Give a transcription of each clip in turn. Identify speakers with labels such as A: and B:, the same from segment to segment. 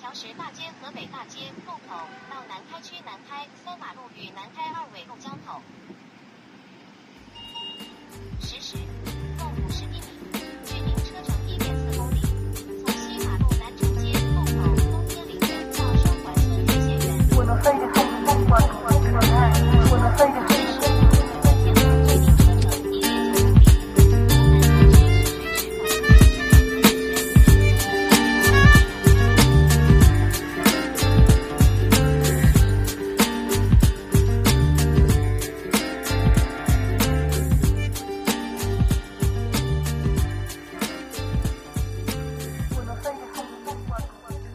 A: 条石大街和北大街入口到南开区南开三马路与南开二纬路交口。实时，共五十英里，居民车程一点四公里。从西马路南城街路口东街林园到双环村瑞谐园，
B: 我的肺的肺的肺管我的爱，我的肺的肺
A: 实。时路口专线，居民车程一点九公里。南开区市区直管。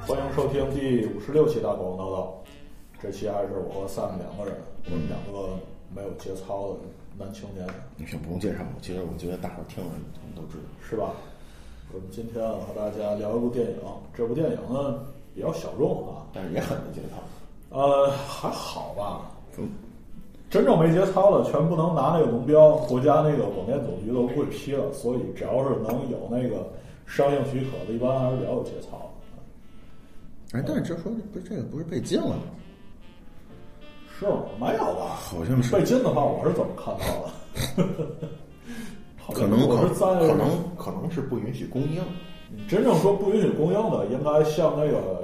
C: 欢迎收听第五十六期大狗叨叨。这期啊还是我和 Sam 两个人，我们两个没有节操的男青年，
D: 你先不用介绍我，其实我觉得大伙儿听了他们都知道。
C: 是吧？我们今天和大家聊一部电影，这部电影呢比较小众啊，
D: 但是也很没节操。
C: 呃，还好吧。
D: 嗯，
C: 真正没节操的，全不能拿那个龙标，国家那个广电总局都不会批了。所以只要是能有那个商业许可的，一般还是比较有节操的。
D: 哎，但是这说不是这个不是被禁了吗？
C: 是吗？没有吧？
D: 好像是
C: 被禁的话，我是怎么看到的？ 好像
D: 可能
C: 我
D: 可
C: 是在
D: 可能可能是不允许供应。
C: 你真正说不允许供应的，应该像那个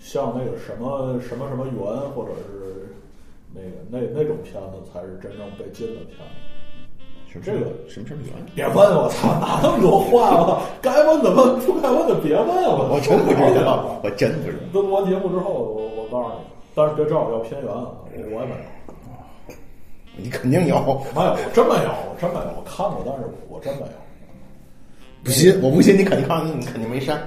C: 像那个什么什么什么园，或者是那个那那种片子才是真正被禁的片子。
D: 什么
C: 这个
D: 什么什么原因？
C: 别问我操，哪那么多话了？该问的问，不该问的别问我。
D: 我真不知 道，我真不知道。
C: 录完节目之后，我我告诉你，但是别找我要偏远啊，我我也没有。
D: 你肯定 有，
C: 没有，我真没有，我真没有，我看过，但是我真没有，
D: 不信我不信你肯定看，你肯定没删。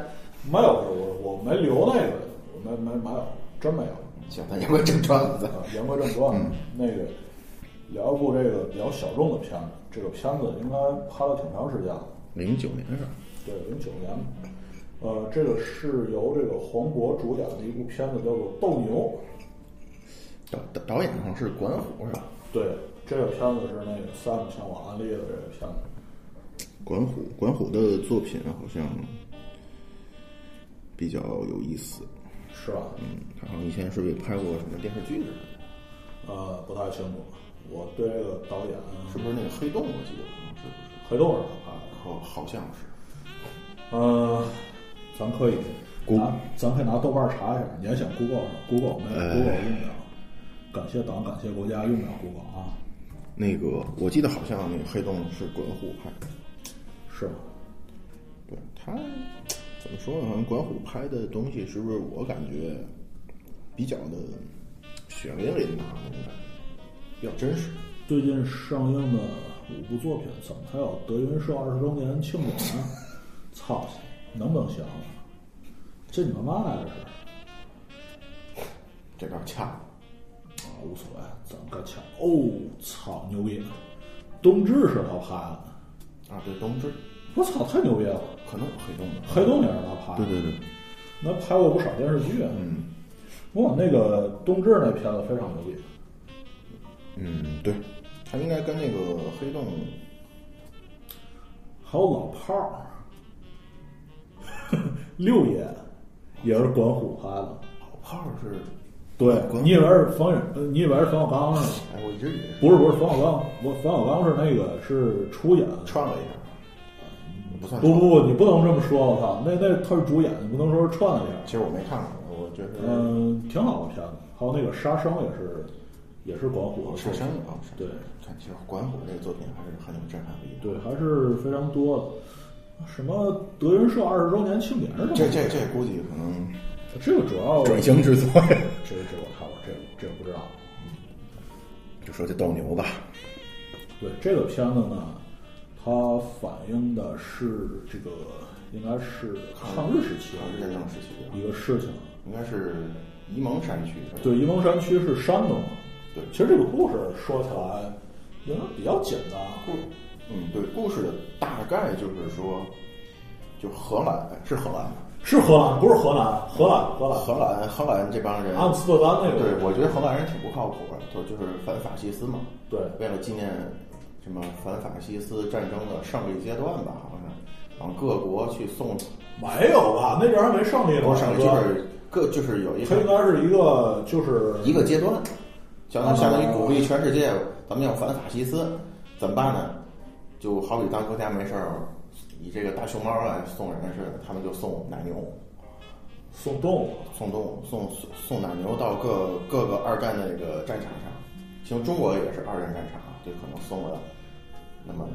C: 没有，我我没留那个，我没没没有，真没有。
D: 行，咱言归正传，咱
C: 啊，言归正传，那个聊一部这个比较小众的片子，这个片子应该拍了挺长时间了，
D: 零九年是吧？
C: 对，零九年。呃，这个是由这个黄渤主演的一部片子，叫做《斗牛》。
D: 导导导演好像是管虎是吧？
C: 对，这个片子是那个 Sam 向我安利的这个片子。
D: 管虎管虎的作品好像比较有意思。
C: 是吧？
D: 嗯，他好像以前是不是也拍过什么电视剧似的？
C: 呃，不太清楚，我对这个导演
D: 是不是那个黑洞？我记得好像是不是？
C: 黑豆是他拍的。
D: 好，好像是。
C: 呃，咱可以
D: 谷
C: 拿，咱可以拿豆瓣查一下。你还想 Google 上，Google 没有
D: 哎
C: Google 用不了。感谢党，感谢国家，用不了 Google 啊。
D: 那个我记得好像那个黑洞是管虎拍的，
C: 是吗？
D: 对他怎么说呢？好像管虎拍的东西是不是我感觉比较的血淋淋的那种感觉，比较真实。
C: 最近上映的五部作品，怎么还有德云社二十周年庆典呢？ 操，能不能行？这你妈嘛呀？这是
D: 这段掐了，
C: 啊，无所谓，咱们该抢。哦，操，牛逼！冬至是他拍的，
D: 啊，对，东芝
C: 我操，太牛逼了！
D: 可能有黑洞的，
C: 黑洞也是他拍的，
D: 对对对，
C: 那拍过不少电视剧啊。
D: 嗯
C: 哇，那个冬至那片子非常牛逼，
D: 嗯，对，他应该跟那个黑洞
C: 还有老炮儿，六爷也是管虎拍的。
D: 老炮儿是，
C: 对
D: 管，
C: 你以为是冯远，呃你以为是冯小刚呢？
D: 哎，我一直以为是
C: 不是不是冯小刚，我冯小刚是那个是出演。
D: 串了一下，嗯不算
C: 不
D: 串
C: 不不，你不能这么说，我操，那那他是主演，你不能说是串了点儿
D: 其。实我没看过，我觉得
C: 嗯，挺好的片子。还有那个杀生也是，也是管虎的
D: 是
C: 作品
D: 山啊，是
C: 对
D: 看其实管虎这个作品还是很有震撼力的。
C: 对，还是非常多的。什么德云社二十周年庆典是吧？
D: 这这这估计可能
C: 这个主要这个
D: 型之作，
C: 这个我看过，这个这个不知道。
D: 就说这斗牛吧，
C: 对这个片子呢，它反映的是这个应该是抗日时期
D: 抗日战争时期对吧
C: 一个事情。
D: 应该是沂蒙山区是吧？
C: 对，沂蒙山区是山东。
D: 对
C: 其实这个故事说起来应该比较简单。
D: 故嗯对故事的大概就是说，就是荷兰是荷兰吧
C: 是荷兰，不是荷兰，荷兰，荷兰，
D: 荷兰荷兰这帮人
C: 阿姆斯特丹那
D: 对
C: 个，
D: 我觉得荷兰人挺不靠谱的，就就是反法西斯嘛。
C: 对
D: 为了纪念什么反法西斯战争的胜利阶段吧，好像是往各国去送，
C: 没有吧？那边还没胜利呢。
D: 不是胜利，
C: 大
D: 就
C: 哥
D: 是各就是有一
C: 它应
D: 个
C: 该是一个就是
D: 一个阶段，相当
C: 啊
D: 相当于鼓励全世界，咱们要反法西斯，怎么办呢？就好比当国家没事儿，以这个大熊猫来送人似的，他们就送奶牛，
C: 送动物，
D: 送动物送送送奶牛到各各个二战的那个战场上，其实中国也是二战战场，啊就可能送了那么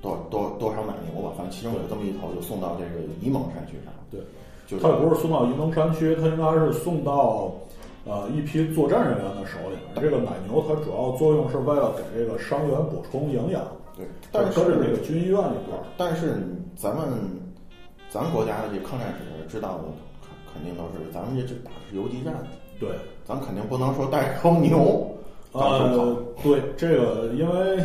D: 多少多多少奶牛吧，反正其中有这么一头就送到这个沂蒙山区上，
C: 对，
D: 就是
C: 它也不是送到沂蒙山区，它应该是送到呃一批作战人员的手里。这个奶牛它主要作用是为了给这个伤员补充营养，
D: 对，但
C: 但
D: 是
C: 搁着这个军医院里边儿，
D: 但是咱们咱国家的这抗战史知道的肯肯定都是咱们这这打的是游击战，
C: 对，
D: 咱肯定不能说带头牛到处跑
C: 呃，，对这个，因为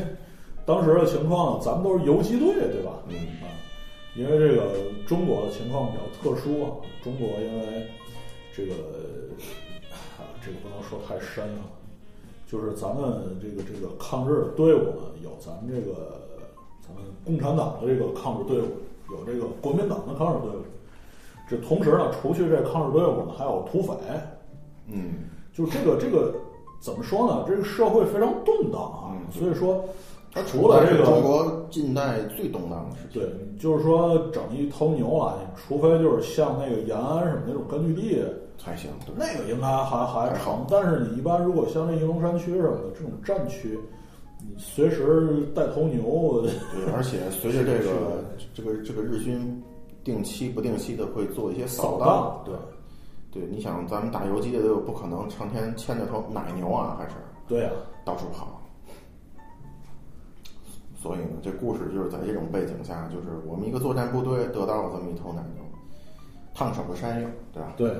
C: 当时的情况，咱们都是游击队，对吧？
D: 嗯
C: 啊，因为这个中国的情况比较特殊啊，中国因为这个啊，这个不能说太深啊，就是咱们这个这个抗日队伍呢，有咱们这个咱们共产党的这个抗日队伍，有这个国民党的抗日队伍，这同时呢，除去这抗日队伍呢，还有土匪。
D: 嗯，
C: 就这个这个怎么说呢？这个社会非常动荡啊，
D: 嗯
C: 所以说
D: 它
C: 除了这
D: 是
C: 个
D: 中国近代最动荡的时期，
C: 对，就是说整一头牛来，除非就是像那个延安什么那种根据地，
D: 才行，对
C: 那个应该还还
D: 还
C: 成
D: 好。
C: 但是你一般如果像这沂蒙山区什么的这种战区，你随时带头牛，
D: 对，而且随着这个这个这个日军定期不定期的会做一些
C: 扫
D: 扫
C: 荡
D: 荡，
C: 对
D: 对，你想咱们打游击的都有不可能成天牵着头奶牛啊，还是
C: 对呀、
D: 到处跑。所以呢，这故事就是在这种背景下，就是我们一个作战部队得到了这么一头奶牛，烫手的山药，对吧？
C: 对，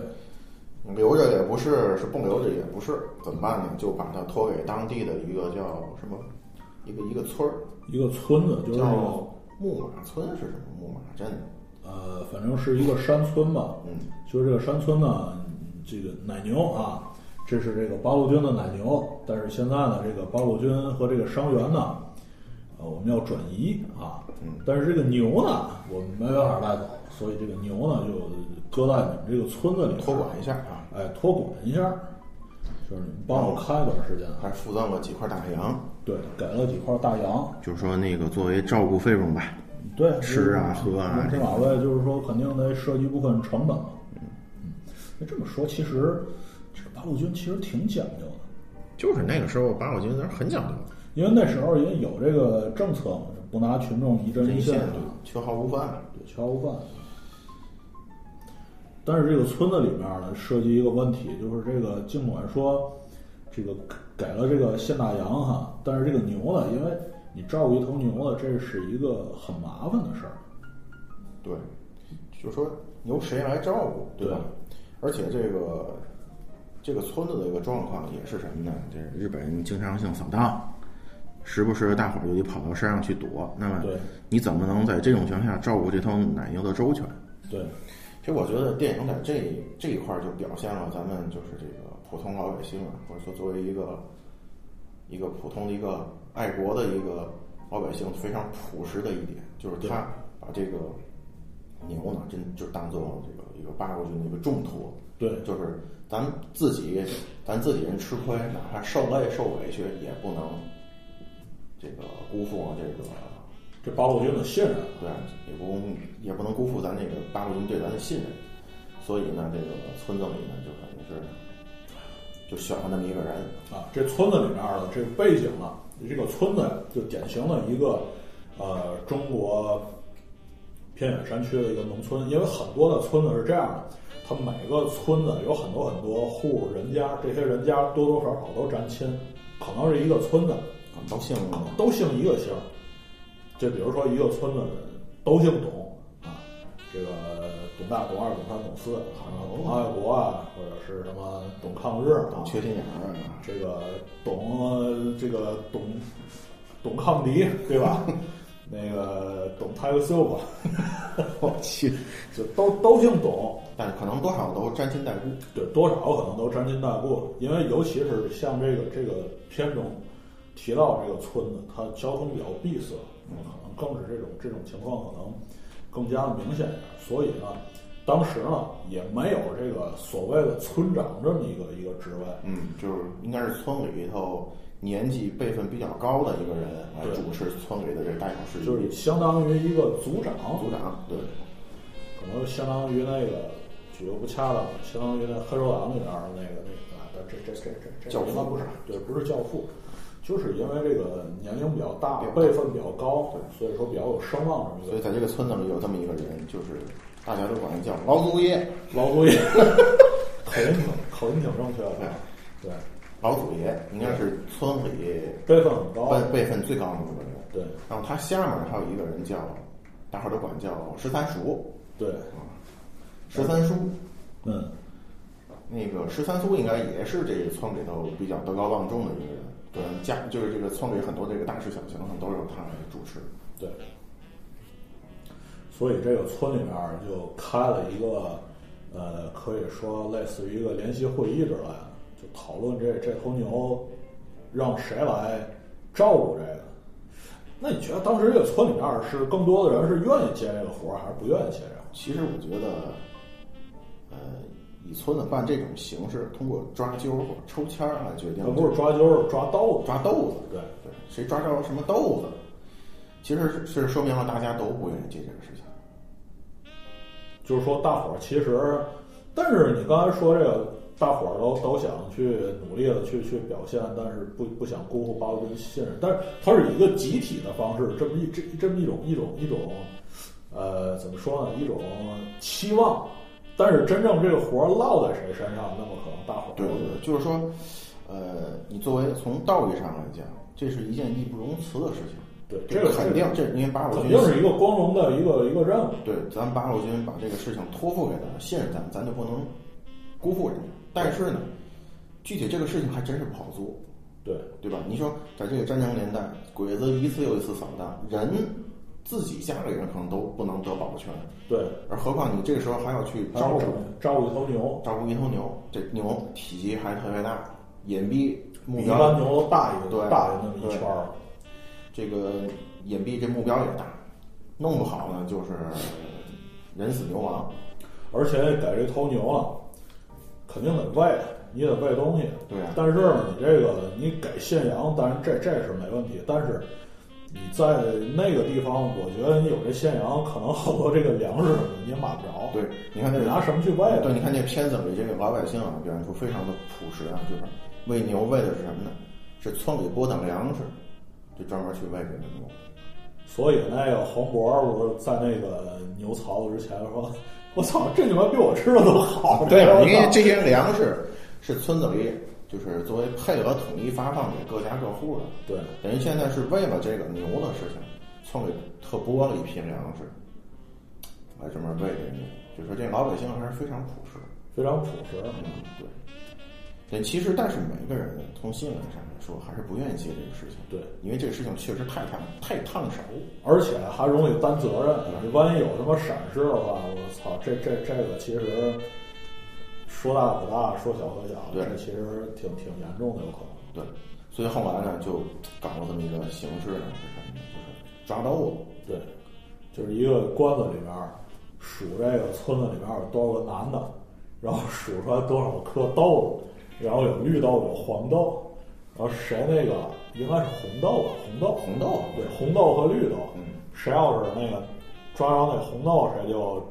D: 你留着也不是，是不留着也不是，怎么办呢？就把它托给当地的一个叫什么，一个一个村儿，
C: 一个村子就是
D: 叫
C: 那个
D: 木马村是什么？木马镇，
C: 呃，反正是一个山村吧，
D: 嗯，
C: 就是这个山村呢，这个奶牛啊，这是这个八路军的奶牛，但是现在呢，这个八路军和这个伤员呢，呃，我们要转移啊，
D: 嗯
C: 但是这个牛呢，我们没办法带走，所以这个牛呢就搁在你们这个村子里
D: 托管一下啊，
C: 哎，托管一下，就是你们帮我看一段时间啊，
D: 还附赠了几块大洋，
C: 对，给了几块大洋，
D: 就说那个作为照顾费用吧。
C: 对，
D: 吃啊喝啊
C: 人吃马喂，就是说肯定得涉及部分成本嘛。嗯，那这么说，其实这个八路军其实挺讲究的，
D: 就是那个时候八路军人很讲究，
C: 因为那时候也有这个政策嘛，就不拿群众一针
D: 针
C: 一
D: 线啊
C: 线
D: 对，缺毫无犯。
C: 对，全无犯。但是这个村子里面呢，涉及一个问题，就是这个尽管说这个给了这个现大洋哈，但是这个牛呢，因为你照顾一头牛呢，这是一个很麻烦的事儿。
D: 对，就说由谁来照顾，对吧？而且这个这个村子的一个状况也是什么呢？这日本人经常性扫荡，时不时地大伙儿就得跑到山上去躲。那么
C: 对
D: 你怎么能在这种情况下照顾这头奶牛的周全？
C: 对，
D: 其实我觉得电影在这这一块儿就表现了咱们就是这个普通老百姓啊，或者说作为一个一个普通的一个爱国的一个老百姓非常朴实的一点，就是他把这个牛呢，真就当做这个一个八路军的一个重托，
C: 对
D: 就是咱们自己咱自己人吃亏，哪怕受累受委屈，也不能这个辜负这个
C: 这八路军的信任啊。
D: 对，也不也不能辜负咱这个八路军对咱的信任，所以呢，这个村子里呢，就感觉是就选了那么一个人，
C: 啊，这村子里面的这个背景啊，这个村子就典型的一个呃中国偏远山区的一个农村，因为很多的村子是这样的，它每个村子有很多很多户人家，这些人家多多少少都沾亲，可能是一个村子
D: 都姓
C: 都姓一个姓儿，就比如说一个村子都姓董啊，这个董大、董二、董三、董四，董爱国啊，或者是什么董抗日啊，
D: 缺心眼儿啊，
C: 这个董这个董董抗敌对 吧？那个董泰克秀吧，
D: 我去，
C: 就都都姓董，
D: 但是可能多少都沾亲带故，
C: 对，多少可能都沾亲带故，因为尤其是像这个这个片中提到这个村子，它交通比较闭塞，可能更是这种这种情况可能更加的明显一点。所以呢，当时呢也没有这个所谓的村长这么一个一个职位，
D: 嗯，就是应该是村里头年纪辈分比较高的一个人来
C: 对
D: 主持村里的这大小事宜，
C: 就是相当于一个组长，
D: 组长，对，
C: 可能相当于那个举个不恰当，相当于那《黑手党》里边儿那个那个啊，但这这这这这
D: 教父
C: 应该不是，对，不是教父，就是因为这个年龄比较大
D: 比较，大
C: 辈分比较高，所以说比较有声望这么一
D: 所以
C: 个
D: 在这个村子里有这么一个人，就是大家都管他叫老祖爷，
C: 老祖爷， 口音挺口音挺正确的，对，
D: 老祖爷应该是村里
C: 辈分很高，
D: 辈辈分最高的那个人。
C: 对
D: 然后他下面还有一个人叫，大伙儿都管叫十三叔，
C: 对，
D: 十三叔。
C: 嗯，
D: 那个十三叔应该也是这个村里头比较德高望重的一个人，对，家就是这个村里很多这个大事小情上都是由他来主持。
C: 对，所以这个村里边儿就开了一个，呃，可以说类似于一个联席会议之类的，就讨论这这头牛让谁来照顾这个。那你觉得当时这个村里边儿是更多的人是愿意接这个活儿，还是不愿意接这个？
D: 其实我觉得，呃，以村子办这种形式，通过抓阄或者抽签儿来决定，
C: 啊那不是抓阄，是抓豆子。
D: 抓豆子，
C: 对，
D: 对，谁抓着什么豆子，其实是是说明了大家都不愿意接这个事情。
C: 就是说大伙儿其实，但是你刚才说这个。大伙儿都都想去努力的去去表现，但是不不想辜负八路军信任。但是它是一个集体的方式，这么一这这么一种一种一种，呃，怎么说呢？一种期望。但是真正这个活儿落在谁身上，那么可能大伙儿
D: 对对对，就是说，呃，你作为从道义上来讲，这是一件义不容辞的事情。
C: 对这个
D: 肯定，这因为八路
C: 肯
D: 军
C: 定是一个光荣的一个一个任务。
D: 对，咱八路军把这个事情托付给咱们，信任咱们，咱就不能辜负人家。但是呢，具体这个事情还真是不好做，
C: 对
D: 对吧？你说，在这个战争年代，鬼子一次又一次扫荡，人自己家里人可能都不能得保全，
C: 对，
D: 而何况你这个时候还要去
C: 照
D: 照
C: 顾
D: 顾
C: 照顾一头牛，
D: 照顾一头牛，这牛体积还特别大，隐蔽目
C: 比一
D: 标
C: 般牛都大一个
D: 对
C: 大一个那么一
D: 对
C: 圈儿。
D: 这个隐蔽这目标也大，弄不好呢就是人死牛亡。
C: 而且给这头牛啊，肯定得喂，你得喂东西。
D: 对啊
C: 但是呢，你这个你给现羊，当然这这是没问题。但是你在那个地方，我觉得你有这现羊，可能好多这个粮食你也买不着。
D: 对，你看这
C: 你
D: 个
C: 拿什么去喂啊？
D: 对，你看这片子里这个老百姓啊，表现出非常的朴实啊，就是喂牛喂的是什么呢？是村里拨的粮食，就专门去喂这个牛。
C: 所以那个黄渤不是在那个牛槽子之前说：“ 我操，这你妈比我吃的都好。”
D: 了，因
C: 你
D: 为啊这些粮食是村子里就是作为配额统一发放给各家各户的，
C: 对
D: 等于现在是为了这个牛的事情，村里特拨了一批粮食来专门喂这个牛，就说这老百姓还是非常朴实的。
C: 非常朴实。
D: 嗯，对。对，其实但是每个人从新闻上来说，还是不愿意接这个事情。
C: 对，
D: 因为这个事情确实太烫太烫手。
C: 而且还容易担责任。你万一有什么闪失的话，我操，这这这个其实说大可大，说小可小，
D: 对
C: 这其实挺挺严重的，有可能。
D: 对，所以后来呢，就搞了这么一个形式呢，是什么呢？就是抓豆子。
C: 对，就是一个关子里边儿数这个村子里边儿有多少个男的，然后数出来多少颗豆子，然后有绿豆有黄豆，然后谁那个应该是红豆吧，红豆
D: 红豆
C: 对红豆和绿豆，
D: 嗯
C: 谁要是那个抓着那红豆，谁就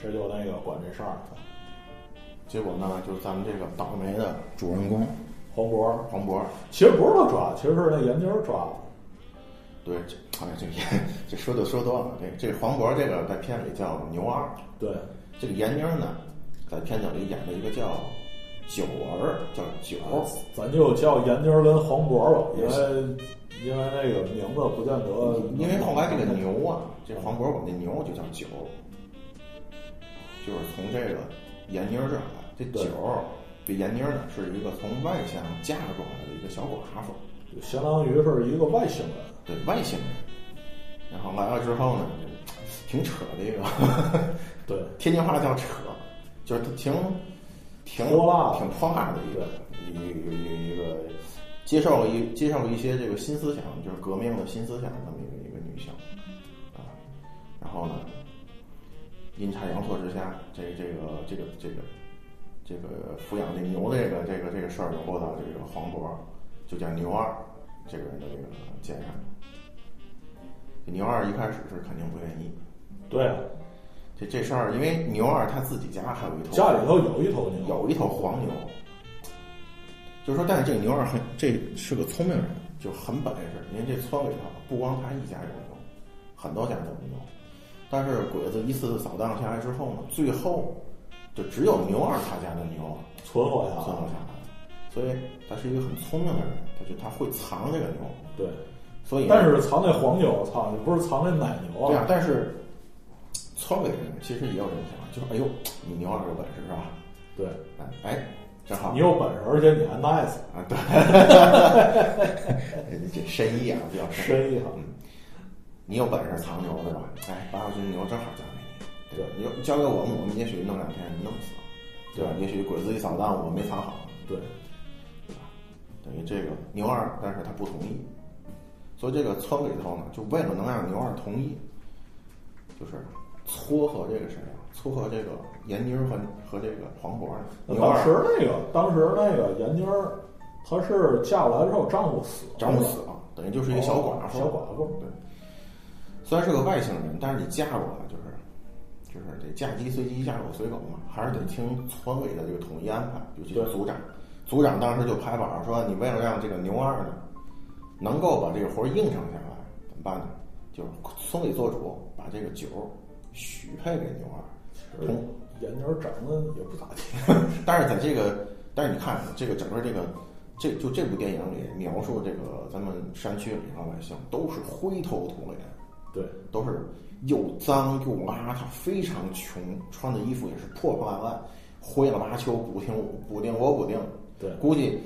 C: 谁就那个管这事儿。
D: 结果呢，就是咱们这个倒霉的主人公
C: 黄渤
D: 黄渤，
C: 其实不是他抓，其实是那闫妮儿抓的。
D: 对，这哎这个这说就说多了，这这黄渤这个在片里叫牛二，
C: 对，
D: 这个闫妮儿呢，在片子里演了一个叫九儿，叫九儿。
C: 哦咱就叫闫妮儿跟黄渤吧，因
D: 也是
C: 为因为那个名字不见得。
D: 呃因为后来这个牛啊，这黄渤管这牛就叫九，就是从这个闫妮儿这儿来。这
C: 对
D: 九这闫妮儿呢是一个从外乡嫁过来的一个小寡妇，
C: 就相当于是一个外星人。
D: 对外姓人。然后来了之后呢，挺扯的一个，
C: 对，
D: 天津话叫扯，就是挺挺
C: 泼辣的
D: 挺泼辣的一个一个一个一个接受了一接受了一些这个新思想，就是革命的新思想这么一个一个女性啊。然后呢，阴差阳错之下，这这个这个这个这个抚养这牛的这个这个这个事儿就落到这个黄渤，就叫牛二这个人的这个肩上。这牛二一开始是肯定不愿意，
C: 对啊，
D: 这这事儿，因为牛二他自己家还有一头
C: 家里头有一头牛，
D: 有一头黄牛，就是说，但是这个牛二很，这是个聪明人，就很本事。因为这村里头不光他一家有牛，很多家都有牛。但是鬼子一次扫荡下来之后呢，最后就只有牛二他家的牛
C: 存活下
D: 存活
C: 来，
D: 下来了。所以他是一个很聪明的人，他就他会藏这个牛，
C: 对。
D: 所以呢
C: 但是藏那黄牛，操，你不是藏那奶牛
D: 对
C: 啊
D: 啊，？但是村里人其实也有这种想法，就是哎呦，你牛二有本事是吧？
C: 对，
D: 哎，正好
C: 你有本事，而且你还 nice，
D: 啊，对，这深意啊，比较深。
C: 深一行。
D: 你有本事藏牛对吧？哎，八路军牛正好交给你，
C: 对
D: 吧？你就交给我们，我们也许弄两天就弄死了，对啊吧？也许鬼子一扫荡，我没藏好，
C: 对，
D: 等于这个牛二，但是他不同意，所以这个村里头呢，就为了能让牛二同意，就是撮合这个谁啊，撮合这个闫妮儿和和这个黄渤啊，
C: 那
D: 牛
C: 呃当
D: 二
C: 时那个，当时那个闫妮儿，她是嫁过来之后丈夫死了，
D: 丈夫死了，等于就是一个小寡妇，
C: 哦小寡妇
D: 对，虽然是个外姓人，但是你嫁过来就是，就是得嫁鸡随鸡，嫁狗随狗嘛，还是得听村委的这个统一安排，尤其是
C: 对
D: 组长。组长当时就拍板儿说：“你为了让这个牛二呢，能够把这个活儿应承下来，怎么办呢？就是村里做主，把这个酒许配给牛二。
C: 是
D: 同
C: 闫妮儿长得也不咋地，
D: 但是在这个，但是你看啊这个整个这个，这就这部电影里描述这个咱们山区里老百姓都是灰头土脸，
C: 对，
D: 都是又脏又邋遢，非常穷，穿的衣服也是破破烂烂，灰了吧秋，补丁补丁我补丁。
C: 对
D: 估计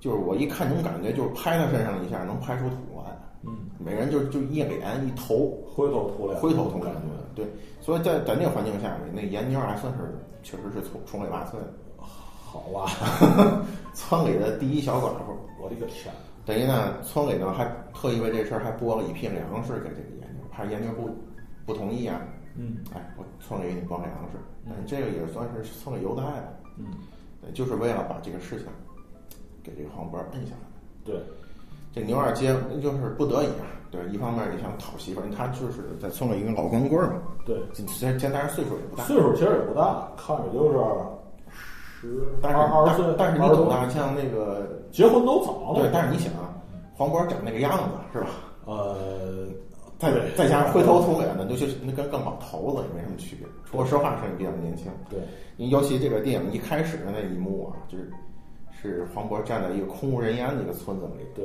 D: 就是我一看这种感觉，就是拍他身上一下能拍出土来。
C: 嗯，
D: 每人就就一脸一头
C: 灰头土脸，
D: 灰头土脸的，对，所以在在那个环境下面，那闫妮儿还算是确实是从从里拔萃的，
C: 好吧，
D: 啊村里的第一小寡妇。
C: 我的个天，
D: 等于呢，村里呢还特意为这事儿还拨了一批粮食给这个闫妮儿，怕闫妮儿不不同意啊，
C: 嗯
D: 哎，我村里给你包粮食，但是这个也算是村里邮袋了，
C: 嗯，
D: 对，就是为了把这个事情给这个黄渤摁下来。
C: 对，
D: 这牛二街就是不得已啊，对，一方面也想讨媳妇儿，因为他就是在村里一个老光棍儿嘛，
C: 对，
D: 这这这当然岁数也不大，
C: 岁数其实也不大，看着就是十
D: 但是
C: 二二十岁，
D: 但是你
C: 二十
D: 懂
C: 多，
D: 的，像那个
C: 结婚都早
D: 对
C: 了，，
D: 但是你想啊，黄渤长那个样子是吧？
C: 呃，
D: 再
C: 对
D: 再加上灰头土脸的，就是那跟跟老头子也没什么区别。说实话，声音比较年轻。
C: 对，
D: 尤其这个电影一开始的那一幕啊，就是是黄渤站在一个空无人烟的一个村子里，
C: 对，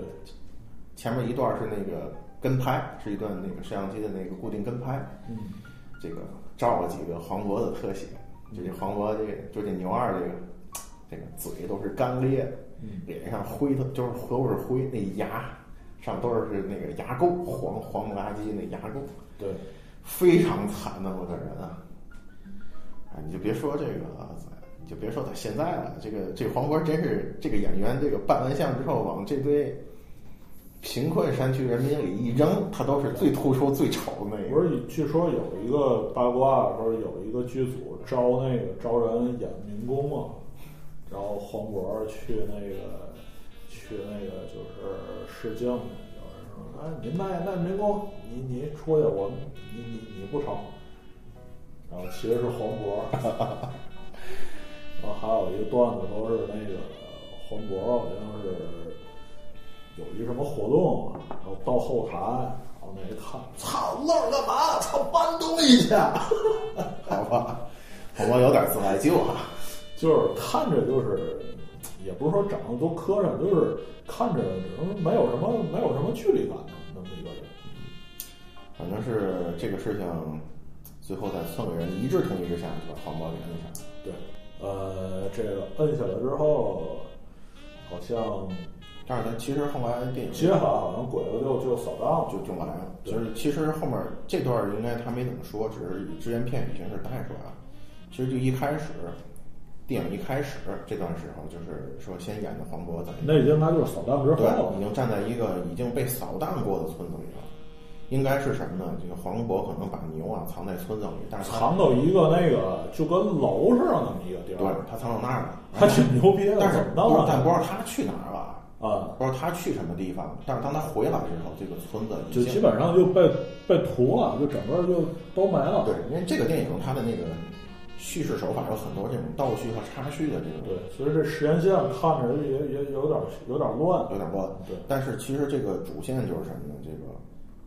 D: 前面一段是那个跟拍，是一段那个摄像机的那个固定跟拍，
C: 嗯，
D: 这个照了几个黄渤的特写，就这黄渤这个就这牛二这个这个嘴都是干裂的，
C: 嗯
D: 脸上灰的就是都是灰，那牙上都是那个牙垢，黄黄不拉几那牙垢。
C: 对，
D: 非常惨的我个人啊！哎，你就别说这个，你就别说他现在了，这个这黄渤真是这个演员，这个扮完相之后往这堆贫困山区人民里一扔，他都是最突出、最丑的那
C: 不
D: 个。
C: 是，据说有一个八卦，不是有一个剧组招那个招人演民工嘛，然后黄渤去那个去那个就是试镜，有人说：“哎，您那那民工，你你出去，我们你你你不成。”然后其实是黄渤， 然后还有一个段子都是那个黄渤好像是有一什么活动，然后到后台，然后那一看，操，愣儿干嘛？操，搬东西去，
D: 好吧，黄渤有点自来救啊。
C: 就是看着就是，也不是说长得多磕碜，就是看着只能没有什么没有什么距离感的那么一个人。
D: 反正是这个事情，最后在村里人一致同意之下，就把黄渤给摁下了。
C: 对，呃，这个摁下来之后，好像
D: 但是呢，其实后来电影
C: 接下来好像鬼子就就扫荡
D: 就就完了。
C: 对
D: 就是其实后面这段儿应该他没怎么说，只是以只言片语形式带出来了。其实就一开始，电影一开始这段时候，就是说先演的黄渤在
C: 那应该就是扫荡之后
D: 对
C: 了，
D: 已经站在一个已经被扫荡过的村子里了，应该是什么呢？这个黄渤可能把牛啊藏在村子里，但是他
C: 藏到一个那个就跟楼似的那么一个地
D: 对
C: 儿，
D: 他藏到那儿了，
C: 还挺牛逼的，
D: 但是
C: 怎么
D: 不是
C: 弄
D: 但
C: 的
D: 不知道他去哪儿了，
C: 啊？
D: 不知道他去什么地方。但是当他回来之后，这个村子已
C: 就
D: 经
C: 基本上就被被屠了，就整个就都没了。
D: 对，因为这个电影它的那个叙事手法有很多这种倒叙和插叙的这种
C: 对，所以这时间线看着也也也有点有点乱。
D: 有点乱。
C: 对
D: 但是其实这个主线就是什么呢？这个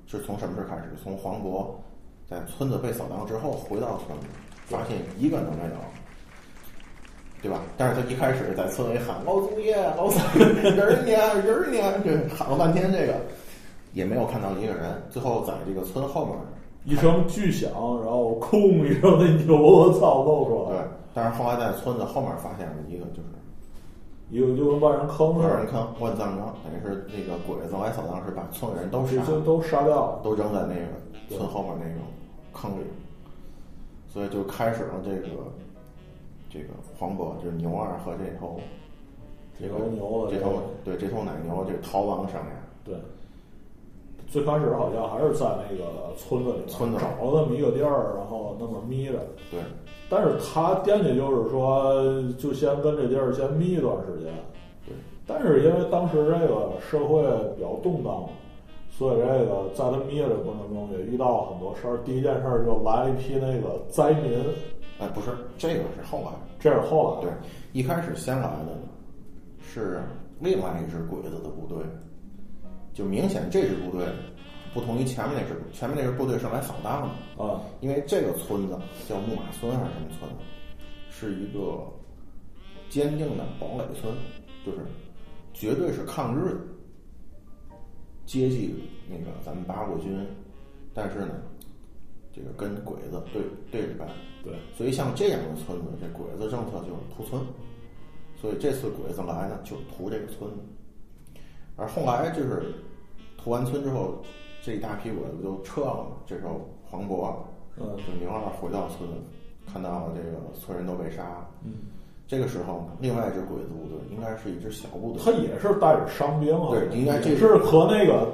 D: 是从什么时候开始？从黄渤在村子被扫荡之后回到村里，发现一个都没有，对吧？但是他一开始在村里喊老祖爷、老祖爷、人儿呢、人儿呢，这喊了半天，这个也没有看到一个人。最后在这个村后面，
C: 一声巨响，然后空一声，那牛啊操露出
D: 对
C: 来，，
D: 但是后来在村子后面发现了一个就是。
C: 一个就跟万人坑
D: 有
C: 似
D: 人
C: 的，
D: 看换葬岗，等于是那个鬼子来扫荡是把村里人都杀
C: 直
D: 了，
C: 接都杀掉了。
D: 都扔在那个村后面那个坑里，所以就开始了这个这个黄渤就是牛二和这头这个
C: 头牛的
D: 这
C: 这
D: 头
C: 个
D: 对这头奶牛这个逃亡商量，
C: 对，最开始好像还是在那个村子里面
D: 村子
C: 找了那么一个地儿，然后那么眯着。
D: 对
C: 但是他惦记就是说，就先跟这地儿先眯一段时间。
D: 对
C: 但是因为当时这个社会比较动荡嘛，所以这个在他眯着的过程中也遇到很多事儿。第一件事儿就来了一批那个灾民，
D: 哎不是这个是后来
C: 这是后来
D: 对一开始先来的呢是另外一支鬼子的部队，就明显这支部队不同于前面那支部，前面那支部队是来扫荡的。
C: 啊，
D: 因为这个村子叫木马村还是什么村，是一个坚定的堡垒村，就是绝对是抗日的，接近那个咱们八路军，但是呢，这个跟鬼子对对着干，
C: 对，
D: 所以像这样的村子，这鬼子政策就是屠村，所以这次鬼子来呢，就是屠这个村子。而后来就是屠完村之后，这一大批鬼子就撤了嘛。这时候黄渤啊
C: 嗯
D: 就牛二回到村，看到这个村人都被杀了。
C: 嗯，
D: 这个时候呢，另外一支鬼子部队应该是一支小部队，
C: 他也是带着伤兵啊，
D: 对应该这
C: 也是和那个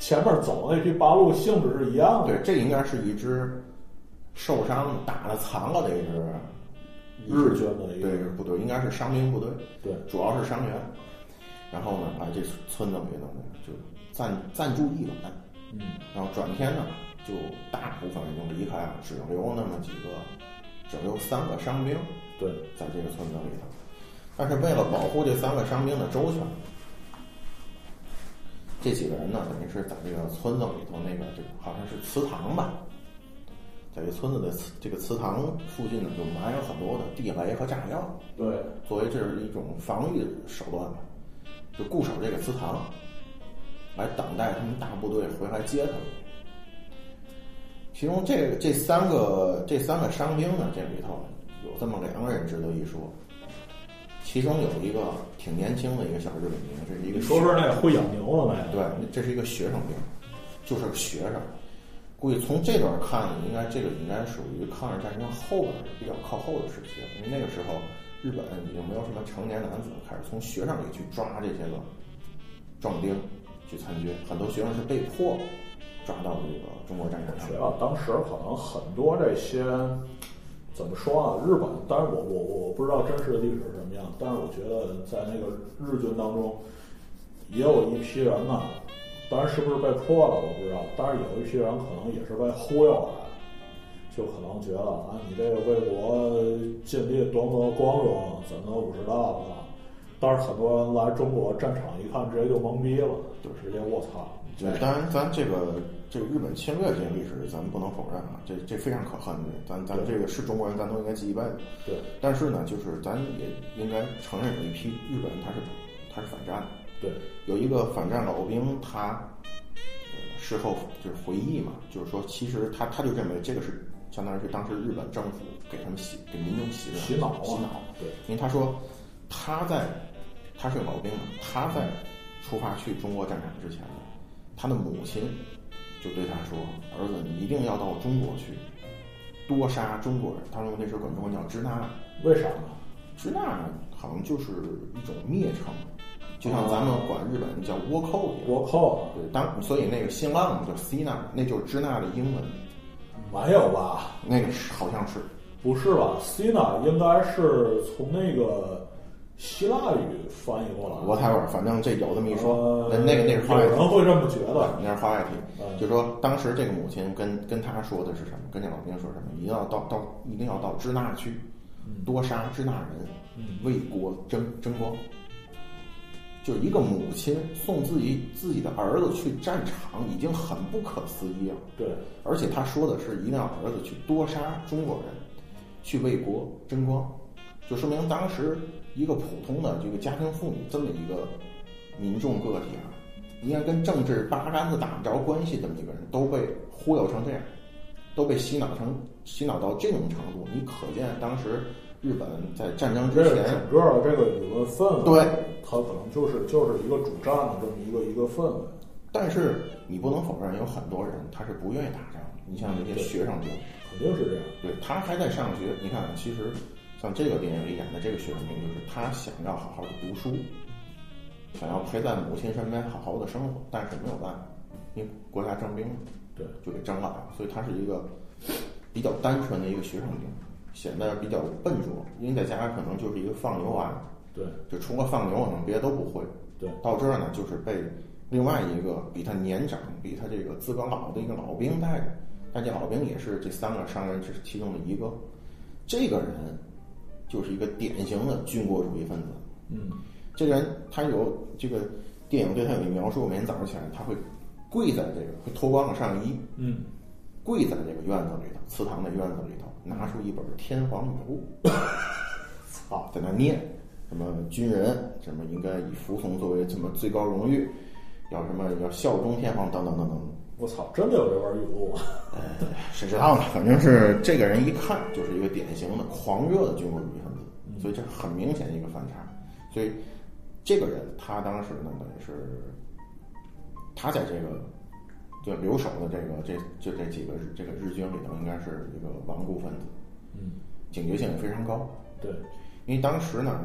C: 前面走的那批八路性质是一样的。
D: 对，这应该是一支受伤打的残了的一支
C: 日军的一个
D: 对部队，应该是伤兵部队。
C: 对
D: 主要是伤员。然后呢，把这村子里呢就暂暂住一晚，
C: 嗯，
D: 然后转天呢就大部分人就离开了，只留那么几个，只留三个伤兵
C: 对，
D: 在这个村子里头。但是为了保护这三个伤兵的周全，这几个人呢，等于是在这个村子里头那个这个好像是祠堂吧，在这村子的祠这个祠堂附近呢，就埋有很多的地雷和炸药。
C: 对，
D: 作为这是一种防御手段吧，就固守这个祠堂，来等待他们大部队回来接他们。其中这这三个这三个伤兵呢，这里头有这么两个人值得一说，其中有一个挺年轻的一个小日本兵，这是一
C: 你
D: 个
C: 说
D: 学
C: 说那会养牛的那个，
D: 对，这是一个学生兵，就是个学生。估计从这段看，应该这个应该属于抗日战争后边儿比较靠后的时期了，因为那个时候日本已经没有什么成年男子开始从学生里去抓这些个壮丁去参军，很多学生是被迫抓到这个中国战场上
C: 主。要啊当时可能很多这些怎么说啊，日本，当然我我我不知道真实的历史是什么样，但是我觉得在那个日军当中，也有一批人呐、当然是不是被迫了我不知道，但是有一批人可能也是被忽悠来的，就可能觉得啊，你这个为国尽力多么光荣，怎么五十大啊？但是很多人来中国战场一看，直接就懵逼了，就直接我操，这
D: 对，当然，咱这个这个日本侵略这件历史，咱们不能否认啊，这这非常可恨的。咱咱这个是中国人，咱都应该记一辈子。
C: 对
D: 但是呢，就是咱也应该承认有一批日本人他是他是反战的，
C: 对
D: 有一个反战老兵他。呃事后就是回忆嘛，就是说，其实他他就认为这个是相当于是当时日本政府给他们洗给民众洗的
C: 洗脑啊，
D: 洗脑，
C: 对。
D: 因为他说他在他是个老兵嘛，他在出发去中国战场之前呢，他的母亲就对他说：“儿子，你一定要到中国去，多杀中国人。”他说那时候管中国叫支那，
C: 为啥呢？
D: 支那好像就是一种蔑称，就像咱们管日本叫倭寇一样。
C: 我靠，
D: 对，当所以那个新浪叫 C 纳，那就是支那的英文，
C: 没有吧？
D: 那个是好像是
C: 不是吧？Cina 应该是从那个希腊语翻译过来的。
D: 罗泰尔，反正这有这么一说，
C: 呃
D: 那那个那是话外
C: 有人
D: 题，
C: 会这么觉得。
D: 那是话外题。
C: 嗯
D: 就说当时这个母亲跟跟他说的是什么？跟这老兵说什么？一定要到到一定要到支那去，多杀支那人
C: 嗯，
D: 为国争争光。就一个母亲送自己自己的儿子去战场，已经很不可思议了。
C: 对，
D: 而且他说的是一定要儿子去多杀中国人，去为国争光，就说明当时一个普通的这个家庭妇女这么一个民众个体啊，应该跟政治八竿子打不着关系这么一个人，都被忽悠成这样，都被洗脑成洗脑到这种程度，你可见当时日本在战争嗯之
C: 这
D: 前，
C: 整个的这个理论氛围，
D: 对，
C: 它可能就是就是一个主战的这么一个一个氛围。
D: 但是你不能否认有很多人他是不愿意打仗的，你像这些学生就。
C: 肯定是这样。
D: 对他还在上学。你看，其实像这个电影里演的这个学生兵，就是他想要好好的读书，想要陪在母亲身边好好的生活，但是没有办法，因为国家征兵了
C: 对，
D: 就给征来了，所以他是一个比较单纯的一个学生兵，显得比较笨拙，因为在家可能就是一个放牛娃，
C: 对，
D: 就除了放牛，可能别的都不会。
C: 对，
D: 到这儿呢，就是被另外一个比他年长、比他这个资格老的一个老兵带着。但这老兵也是这三个商人之其中的一个。这个人就是一个典型的军国主义分子。
C: 嗯，
D: 这个人他有这个电影对他有一描述，每天早上起来他会跪在这个，会脱光了上衣，
C: 嗯，
D: 跪在这个院子里头，祠堂的院子里头，拿出一本《天皇语录》。 啊
C: 操，
D: 在那念，什么军人，什么应该以服从作为什么最高荣誉，要什么要效忠天皇，等等等等。
C: 我操，真的有这玩意儿语录啊！
D: 谁知道呢？反正是这个人一看就是一个典型的狂热的军国主义分
C: 嗯
D: 子，所以这是很明显的一个反差。所以这个人他当时呢，等于是他在这个就留守的这个这这这几个日这个日军里头，应该是一个顽固分子，
C: 嗯，
D: 警觉性也非常高。
C: 对，
D: 因为当时呢，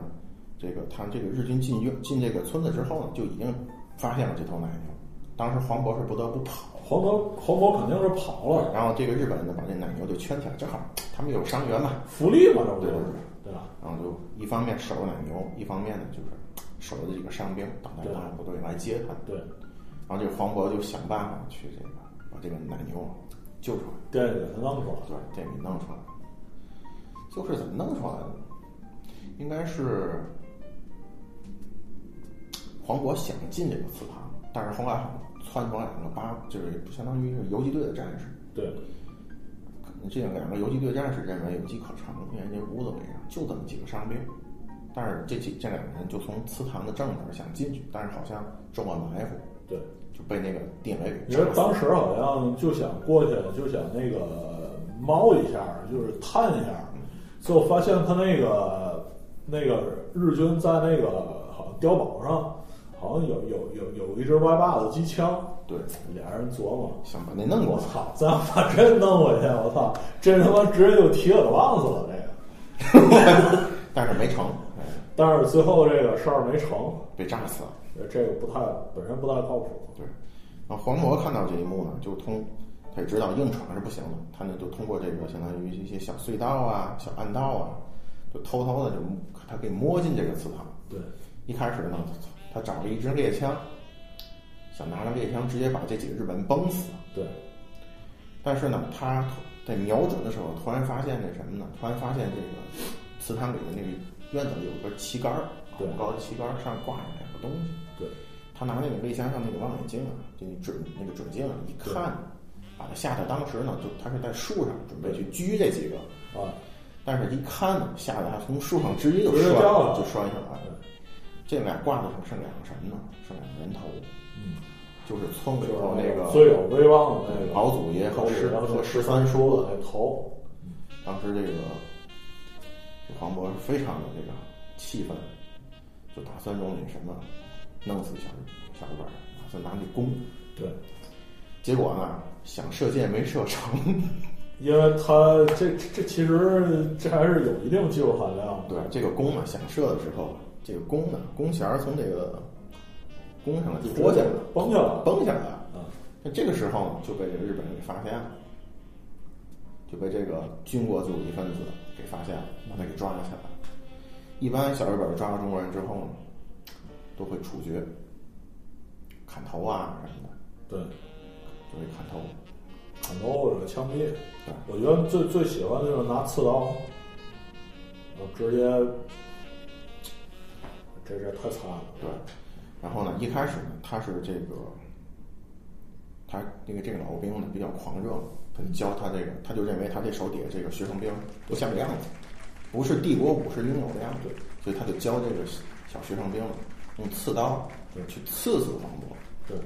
D: 这个他这个日军进军进这个村子之后呢，就已经发现了这头奶牛。当时黄渤是不得不跑，
C: 黄渤黄渤肯定是跑了，
D: 然后这个日本人呢把这奶牛就圈起来，正好他们有伤员嘛，
C: 福利嘛，这不就
D: 对
C: 是
D: 对对
C: 对吧？
D: 然后就一方面守着奶牛，一方面呢就是守着这个伤兵，等待
C: 对
D: 他的部队来接他。
C: 对，
D: 然后这个黄渤就想办法去这个把这个奶牛啊救出来。
C: 电影给他弄出来，
D: 对，这给弄出来了。就是怎么弄出来的呢？应该是黄渤想进这个祠堂，但是后来窜出来两个八，就是相当于是游击队的战士。
C: 对，
D: 这两个游击队战士认为有机可乘，因为这屋子里啊就这么几个伤兵，但是这几这两个人就从祠堂的正门想进去，但是好像中了埋伏，
C: 对。
D: 就被那个地雷给
C: 你
D: 炸
C: 说
D: 死了。
C: 当时好像就想过去，就想那个猫一下，就是探一下，最后发现他那个那个日军在那个好像碉堡上，好像有有有有一支歪把子机枪，
D: 对，
C: 俩人琢磨，
D: 想把那弄过
C: 我
D: 来。
C: 操，咱把这弄回去，我操，这他妈直接就提耳棒子了这个。
D: 但是没成，哎
C: 但是最后这个事儿没成，
D: 被炸死了。
C: 呃这个不太本身不太靠谱。
D: 对，然后黄渤看到这一幕呢，就通，他也知道硬闯是不行的，他呢就通过这个相当于一些小隧道啊、小暗道啊，就偷偷的就他给摸进这个祠堂。
C: 对，
D: 一开始呢，他找了一支猎枪，想拿着猎枪直接把这几个日本人崩死。
C: 对，
D: 但是呢，他在瞄准的时候，突然发现那什么呢？突然发现这个祠堂里的那个院子里有个旗杆儿，啊
C: 对
D: 很高的旗杆儿上挂着两个东西。
C: 对，
D: 他拿那个猎枪上那个望远镜啊，就那准那个准镜啊，一看，把他吓得当时呢，就他是在树上准备去狙这几个，
C: 啊，
D: 但是一看呢，吓得他从树上直接就
C: 直接
D: 摔
C: 掉了
D: 就摔下来了。这俩挂的上是两个什么呢？是两个人头，
C: 嗯，
D: 就是村
C: 就
D: 里
C: 是
D: 头那个
C: 最有威望的那个
D: 老祖爷和十
C: 然后
D: 和十三叔的，
C: 那头，
D: 当时这个这黄渤是非常的这个气愤，就打算用那什么弄死小小日本人，打算拿那弓。
C: 对，
D: 结果呢，想射箭没射成。
C: 因为他这这这其实这还是有一定技术含量的。
D: 对，这个弓呢，想射的时候，这个弓呢，弓弦儿从这个攻上来，
C: 就
D: 拖下来，
C: 崩下来
D: 崩下来了。
C: 啊，
D: 那这个时候呢，就被这个日本人给发现了，就被这个军国主义分子给发现了，把他给抓了起来。一般小日本抓到中国人之后呢，都会处决、砍头啊什么的，
C: 对，
D: 就会砍头。
C: 砍刀或者枪毙
D: 对。
C: 我觉得最最喜欢的就是拿刺刀，我直接，这这太惨了。
D: 对，然后呢，一开始呢，他是这个，他那个这个老兵呢比较狂热，他就教他这个，他就认为他这手底下这个学生兵不像样子，不是帝国武士应有的样子，所以他就教这个小学生兵用刺刀
C: 对
D: 去刺死黄渤。
C: 对，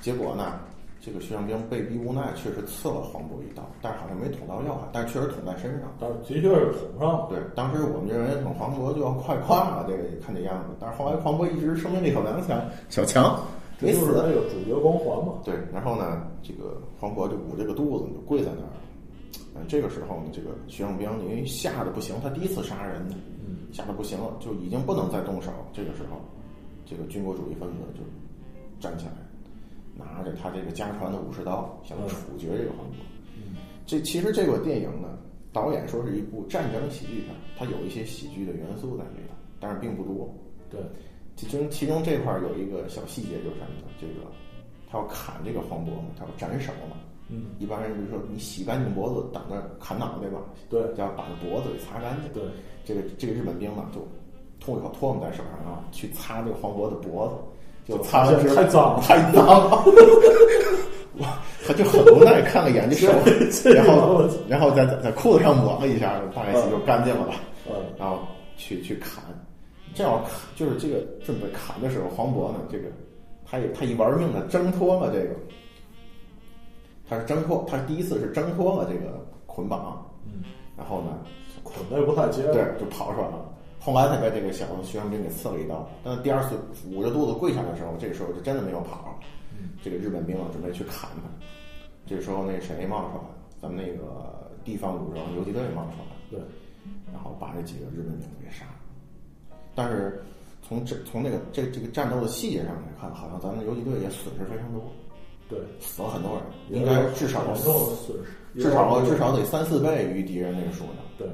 D: 结果呢，这个学生兵被逼无奈，确实刺了黄渤一刀，但是好像没捅到要害，但是确实捅在身上。
C: 但是的确是捅上了。
D: 对，当时我们认为可能黄渤就要快挂了，这个看这样子。但是后来黄渤一直生命力很顽强，小强
C: 这
D: 没
C: 就是
D: 死。
C: 那个主角光环嘛。
D: 对，然后呢，这个黄渤就捂着个肚子就跪在那儿了。嗯，这个时候呢，这个徐向兵因为吓得不行，他第一次杀人呢，
C: 嗯
D: 吓得不行了，就已经不能再动手。这个时候，这个军国主义分子就站起来，拿着他这个家传的武士刀，想
C: 嗯
D: 处决这个黄渤。
C: 嗯，
D: 这其实这个电影呢，导演说是一部战争喜剧片，它有一些喜剧的元素在里头，但是并不多。
C: 对，
D: 其中其中这块儿有一个小细节就是什么呢？这个他要砍这个黄渤嘛，他要斩首嘛。
C: 嗯，
D: 一般人比如说你洗干净脖子，挡着砍脑袋吧，
C: 对
D: 就要把这脖子给擦干净。
C: 对，
D: 这个这个日本兵呢，就吐一口唾沫在手上啊，去擦这个黄渤的脖子，就擦完之后
C: 太脏了
D: 太脏了。 哇，他就很无奈看了一眼这手，
C: 这
D: 然后
C: 这
D: 然后在在裤子上抹了一下，大概就干净了吧。
C: 嗯，
D: 然后去去砍，这要砍就是这个准备砍的时候，黄渤呢，这个他也他一玩命的挣脱了这个，他是挣脱，他第一次是挣脱了这个捆绑，
C: 嗯，
D: 然后呢，
C: 捆的也不太结实。
D: 对，就跑出来了。后来他被这个小学生兵给刺了一刀，但是第二次捂着肚子跪下的时候，这个时候就真的没有跑。
C: 嗯
D: 这个日本兵啊，准备去砍他。这个时候，那谁冒出来了？咱们那个地方武装游击队冒出来了。
C: 对，
D: 然后把这几个日本兵给杀了。但是从这从这个这这个战斗的细节上来看，好像咱们游击队也损失非常多，
C: 对，
D: 死了很多人，应该至少
C: 严重的损失，
D: 至少至少得三四倍于敌人那个数量。
C: 对，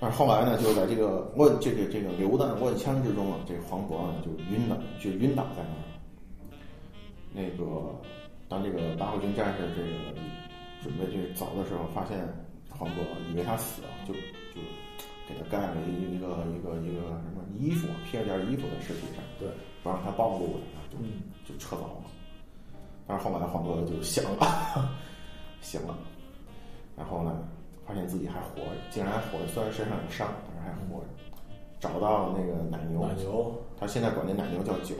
D: 但是后来呢，就是在这个乱这个这个流弹乱枪之中啊，这个黄渤呢就晕了，就晕倒在那儿。那个当这个八路军战士这个准备去走的时候，发现黄渤以为他死了，就就给他盖了一一个一个一个什么衣服，披了件衣服在尸体上，
C: 对，
D: 不让他暴露了，就
C: 嗯
D: 就撤走了。但是后来黄渤就醒了，醒了，然后呢，发现自己还活着，竟然还活着，虽然身上有伤，但是还活着。找到那个奶牛，
C: 奶牛，
D: 他现在管那奶牛叫九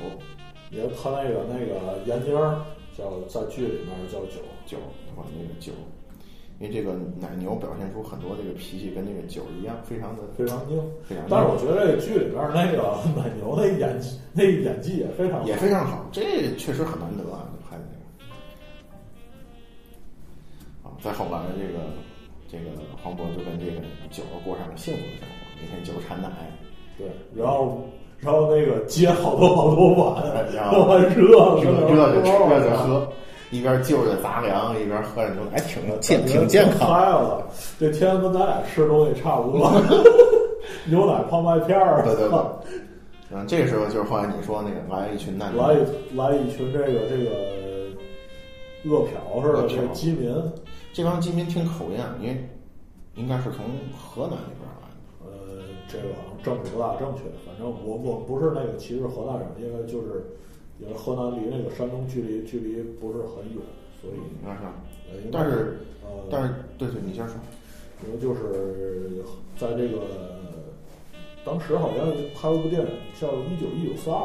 C: 也就他那个那个闫妮儿叫在剧里面叫九，
D: 九，他管那个九，因为这个奶牛表现出很多这个脾气跟这个九一样，非常的
C: 非常硬。
D: 非常的，
C: 但是我觉得这个剧里边那个奶牛那演技，那演技也非常好
D: 也。非常好，这确实很难得啊，这拍的这个。啊，再后来这个这个黄渤就跟这个九儿过上了幸福的生活，每天九儿产奶，
C: 对，然后然后那个接好多好多碗，
D: 然
C: 都
D: 后
C: 碗热了，
D: 热热着吃
C: 然后
D: 热着喝，一边就着杂粮一边喝着牛奶，哎挺健挺健康。
C: 嗨了，这天跟咱俩吃东西差不多，牛奶泡麦片儿，
D: 对对对。嗯，这个时候就是后来你说那个来一群难民，
C: 来一来一群这个这个饿殍似的这个饥民，
D: 这帮饥民听口音，啊，因为应该是从河南那边来的。
C: 呃，这个好像政治不大正确，反正我我不是那个歧视河南人，因为就是因为河南离那个山东距离距离不是很远，所以
D: 应该是，
C: 呃，应该
D: 嗯但是
C: 呃，
D: 但是对对，你先说。
C: 因为就是在这个当时好像拍过一部电影叫《一九一九四二》，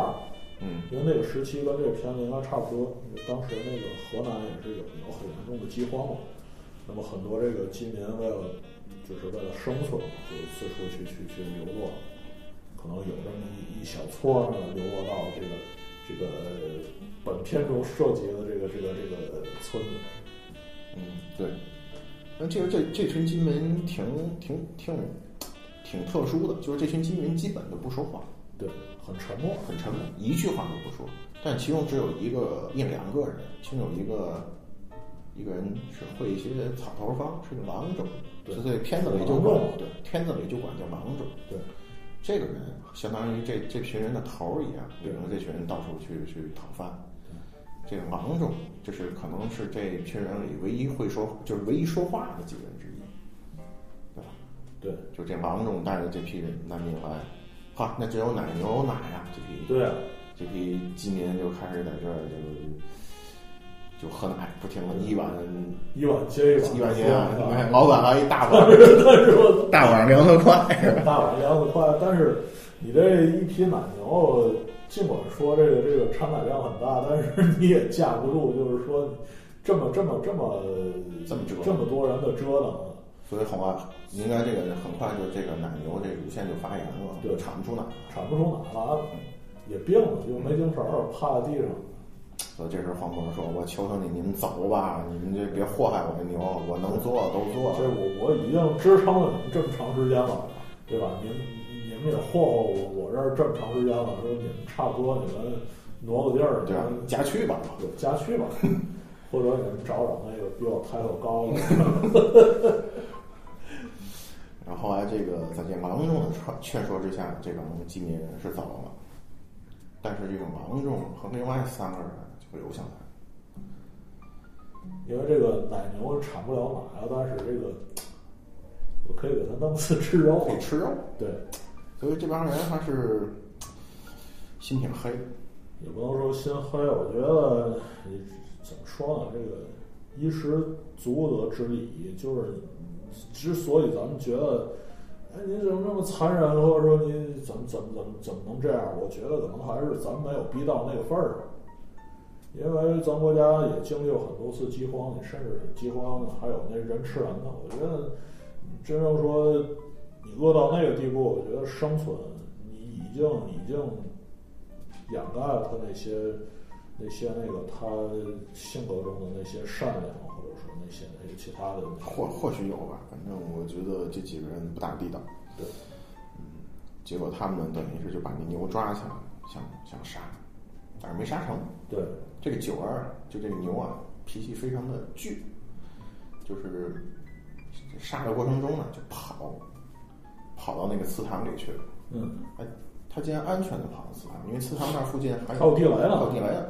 D: 嗯
C: 因为那个时期跟这个片子应该差不多。当时那个河南也是有有很严重的饥荒嘛，那么很多这个饥民为了就是为了生存，就四处去去去流落，可能有这么一一小撮儿呢流落到这个这个本片中涉及的这个这个这个村子。
D: 嗯，对。那这个这这群金门挺挺挺挺特殊的，就是这群金门基本都不说话，
C: 对，很沉默，
D: 很沉默，一句话都不说。但其中只有一个一两个人，其中有一个一个人是会一些草头方，是个郎中，
C: 对
D: 所以片子里就
C: 郎
D: 管
C: 中
D: 对，片子里就管叫郎中。
C: 对，
D: 这个人相当于这这群人的头儿一样，
C: 对
D: 领着这群人到处去去讨饭。
C: 嗯
D: 这个郎中，就是可能是这群人里唯一会说，就是唯一说话的几个人之一，对吧？
C: 对，
D: 就这郎中带着这批人南明来，哈，那只有奶牛有奶啊，这批
C: 对啊，
D: 这批今年就开始在这儿就就喝奶，不停的一碗
C: 一碗接一碗，
D: 一碗接一碗，
C: 对吧
D: 哎老板来一大碗， 大碗凉得快，是吧？
C: 大碗量的快，但是你这一批奶牛，尽管说这个这个产奶量很大，但是你也架不住，就是说这么这么这么
D: 这么折腾
C: 这么多人的折腾。
D: 所以很快，应该这个很快就这个奶牛这乳腺就发炎了，
C: 对
D: 产不出奶了，
C: 产不出奶来了，也病了，又没精神儿，趴在地上。
D: 所以这时候黄渤说：“我求求你，你们走吧，你们这别祸害我的牛，我能做的都做
C: 这
D: 了。
C: 我我已经支撑了你们这么长时间了，对吧？您你们也霍霍我我这儿这么长时间了，说你们差不多，你们挪个地儿，
D: 对吧？
C: 你们
D: 家去吧，
C: 有家去吧，或者你们找找那个比我抬头高的。
D: 然后后啊来这个在这郎中的劝劝说之下，这个纪民是走了，但是这个郎中和另外三个人就留下来了。
C: 因为这个奶牛产不了奶了，但是这个我可以给它弄次吃肉
D: 可。以吃肉，
C: 对，
D: 所以这帮人还是心挺黑，
C: 也不能说心黑，我觉得你怎么说呢？这个衣食足得之礼，就是之所以咱们觉得，哎，你怎么这么残忍，或者说你怎么怎么怎么怎么能这样？我觉得可能还是咱们没有逼到那个份儿上。因为咱国家也经历过很多次饥荒，你甚至饥荒还有那人吃人的，我觉得真正说你饿到那个地步，我觉得生存你已经已经掩盖了他那些那些那个他性格中的那些善良，或者说那些那些其他的那
D: 或或许有吧，反正我觉得这几个人不大地道。
C: 对，
D: 结果他们等于是就把那牛抓起来了，想想杀，但是没杀成。
C: 对
D: 这个九儿就这个牛啊，脾气非常的倔，就是杀的过程中呢就跑，跑到那个祠堂里去了。
C: 嗯，
D: 哎，他竟然安全的跑到祠堂，因为祠堂那儿附近还
C: 还有地雷呢
D: 还有地雷呢。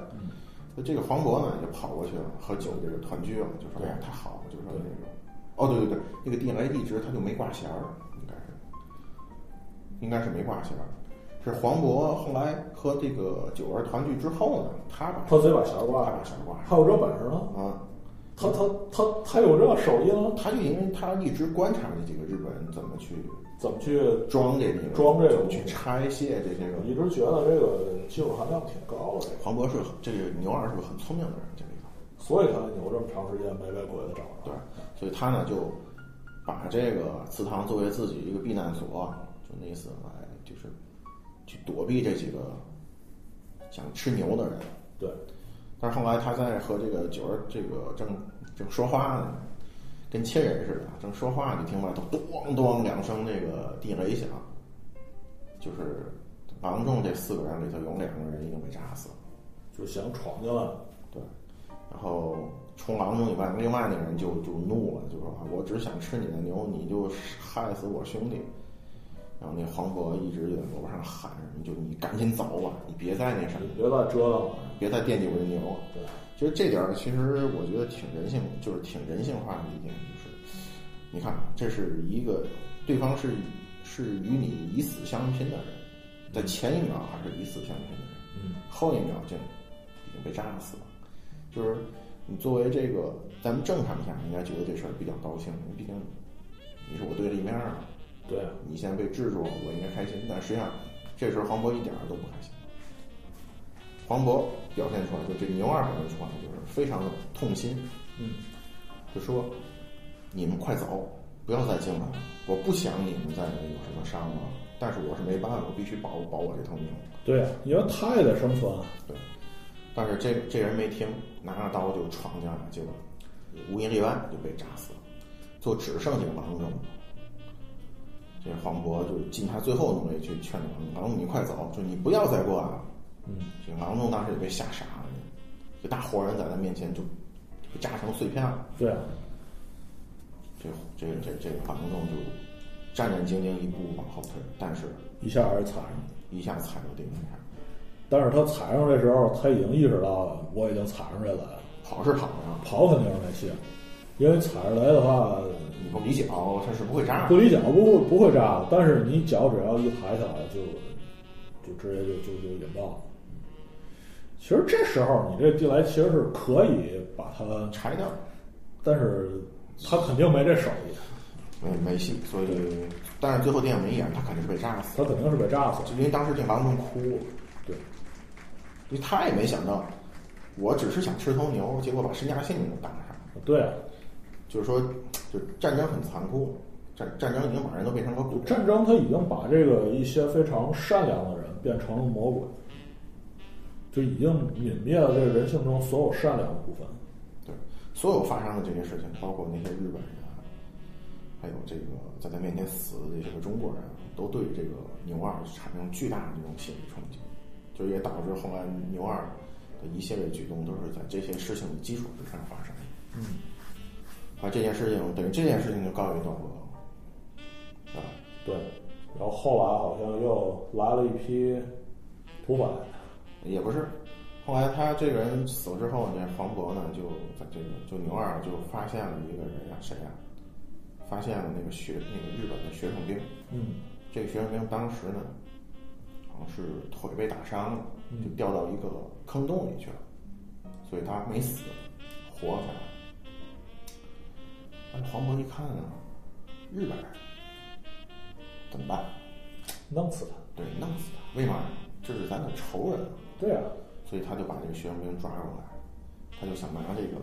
D: 那这个黄渤呢也跑过去了，和九这个团聚了，就说哎呀太好了，就说那种，哦对对对，那个地雷一直他就没挂弦儿，应该是，应该是没挂弦儿。是黄渤后来和这个九儿团聚之后呢，他把
C: 他嘴把弦
D: 他
C: 挂
D: 把
C: 了，
D: 弦儿挂上
C: 还有这本事呢，
D: 啊，
C: 他他他他有这手艺呢，
D: 他就因为他一直观察这几个日本人怎么去
C: 怎么去？
D: 装这个
C: 装这个
D: 怎么去拆卸这些个
C: 我一直觉得这个技术含量挺高的，
D: 黄渤是很这个牛二是个很聪明的人，这个地方
C: 所以他牛这么长时间没被鬼子找着。
D: 对，所以他呢就把这个祠堂作为自己一个避难所，就那意思来就是去躲避这几个想吃牛的人。
C: 对，
D: 但是后来他在和这个九儿这个正正说话呢，跟亲人似的，正说话就听外头咚咚两声这个地雷响，就是郎中这四个人里头有两个人已经被炸死了。
C: 就想闯进来。
D: 对，然后除郎中以外，另外那人就就怒了，就说啊，我只想吃你的牛，你就害死我兄弟。然后那黄渤一直就在楼上喊着，你就你赶紧走吧，你别再那什么
C: 你，别再折腾了。
D: 别再惦记我的牛了。
C: 对，
D: 其实这点儿，其实我觉得挺人性，就是挺人性化的一点，就是你看，这是一个对方是是与你以死相拼的人，在前一秒还是以死相拼的人，
C: 嗯，
D: 后一秒就已经被炸死了。就是你作为这个，咱们正常下应该觉得这事儿比较高兴，因为毕竟你是我对立面儿嘛，
C: 对，啊
D: 你现在被制住了，我应该开心。但实际上，这时候黄渤一点儿都不开心。黄渤表现出来，就这牛二表现出来，就是非常的痛心，
C: 嗯，
D: 就说：“你们快走，不要再进来了！我不想你们再有什么伤亡，但是我是没办法，我必须保保我这头牛。
C: 对，啊因为他也得生存。”啊
D: 对，但是这这人没听，拿着刀就闯进来，结果无一例外就被炸死了，就只剩下王忠了。这黄渤就尽他最后努力去劝郎东，你快走，就你不要再过来了。
C: 嗯，
D: 这个郎东当时也被吓傻了，这大活人在他面前就被炸成碎片了。
C: 对啊，
D: 这这个这这个房东就战战兢兢一步往后退，但是
C: 一下还是踩上了。
D: 一下踩到地面上，
C: 但是他踩上来的时候，他已经意识到了，我已经踩上来了，
D: 跑是跑呀，
C: 跑肯定是没戏，因为踩上来的话，
D: 你不理脚哦他是不会扎
C: 不
D: 的。
C: 离脚不不会扎，但是你脚只要一抬起来，就就直接就就就引爆了。其实这时候你这地雷其实是可以把它，
D: 拆掉
C: 但是他肯定没这手艺，
D: 没呃没戏，所以但是最后电影没演，他肯定被炸死。
C: 他肯定是被炸死
D: 就
C: 了。
D: 因为当时这郎中哭，
C: 对，
D: 因为他也没想到，我只是想吃头牛，结果把施家信给打上。
C: 对啊，
D: 就是说，就战争很残酷，战战争已经把人都变成个骨。
C: 战争他已经把这个一些非常善良的人变成了魔鬼，就已经泯灭了这个人性中所有善良的部分。
D: 对，所有发生的这些事情，包括那些日本人啊，还有这个在他面前死的这些个中国人啊，都对这个牛二产生巨大的这种心理冲击，就也导致后来牛二的一系列举动都是在这些事情的基础之上发生的。
C: 嗯，
D: 啊，这件事情等于这件事情就告一段落了，啊，
C: 对。然后后来好像又来了一批土匪，
D: 也不是。后来他这个人死了之后呢，黄渤呢就在这个就牛二就发现了一个人呀、谁呀、啊发现了那个学那个日本的学生兵。
C: 嗯，
D: 这个学生兵当时呢，好像是腿被打伤了，
C: 嗯
D: 就掉到一个坑洞里去了，所以他没死，活了下来。但是黄渤一看啊，日本人怎么办？
C: 弄死他。
D: 对，弄死他，为嘛呀？这是咱的仇人，
C: 对啊，
D: 所以他就把这个学生兵抓过来，他就想拿这个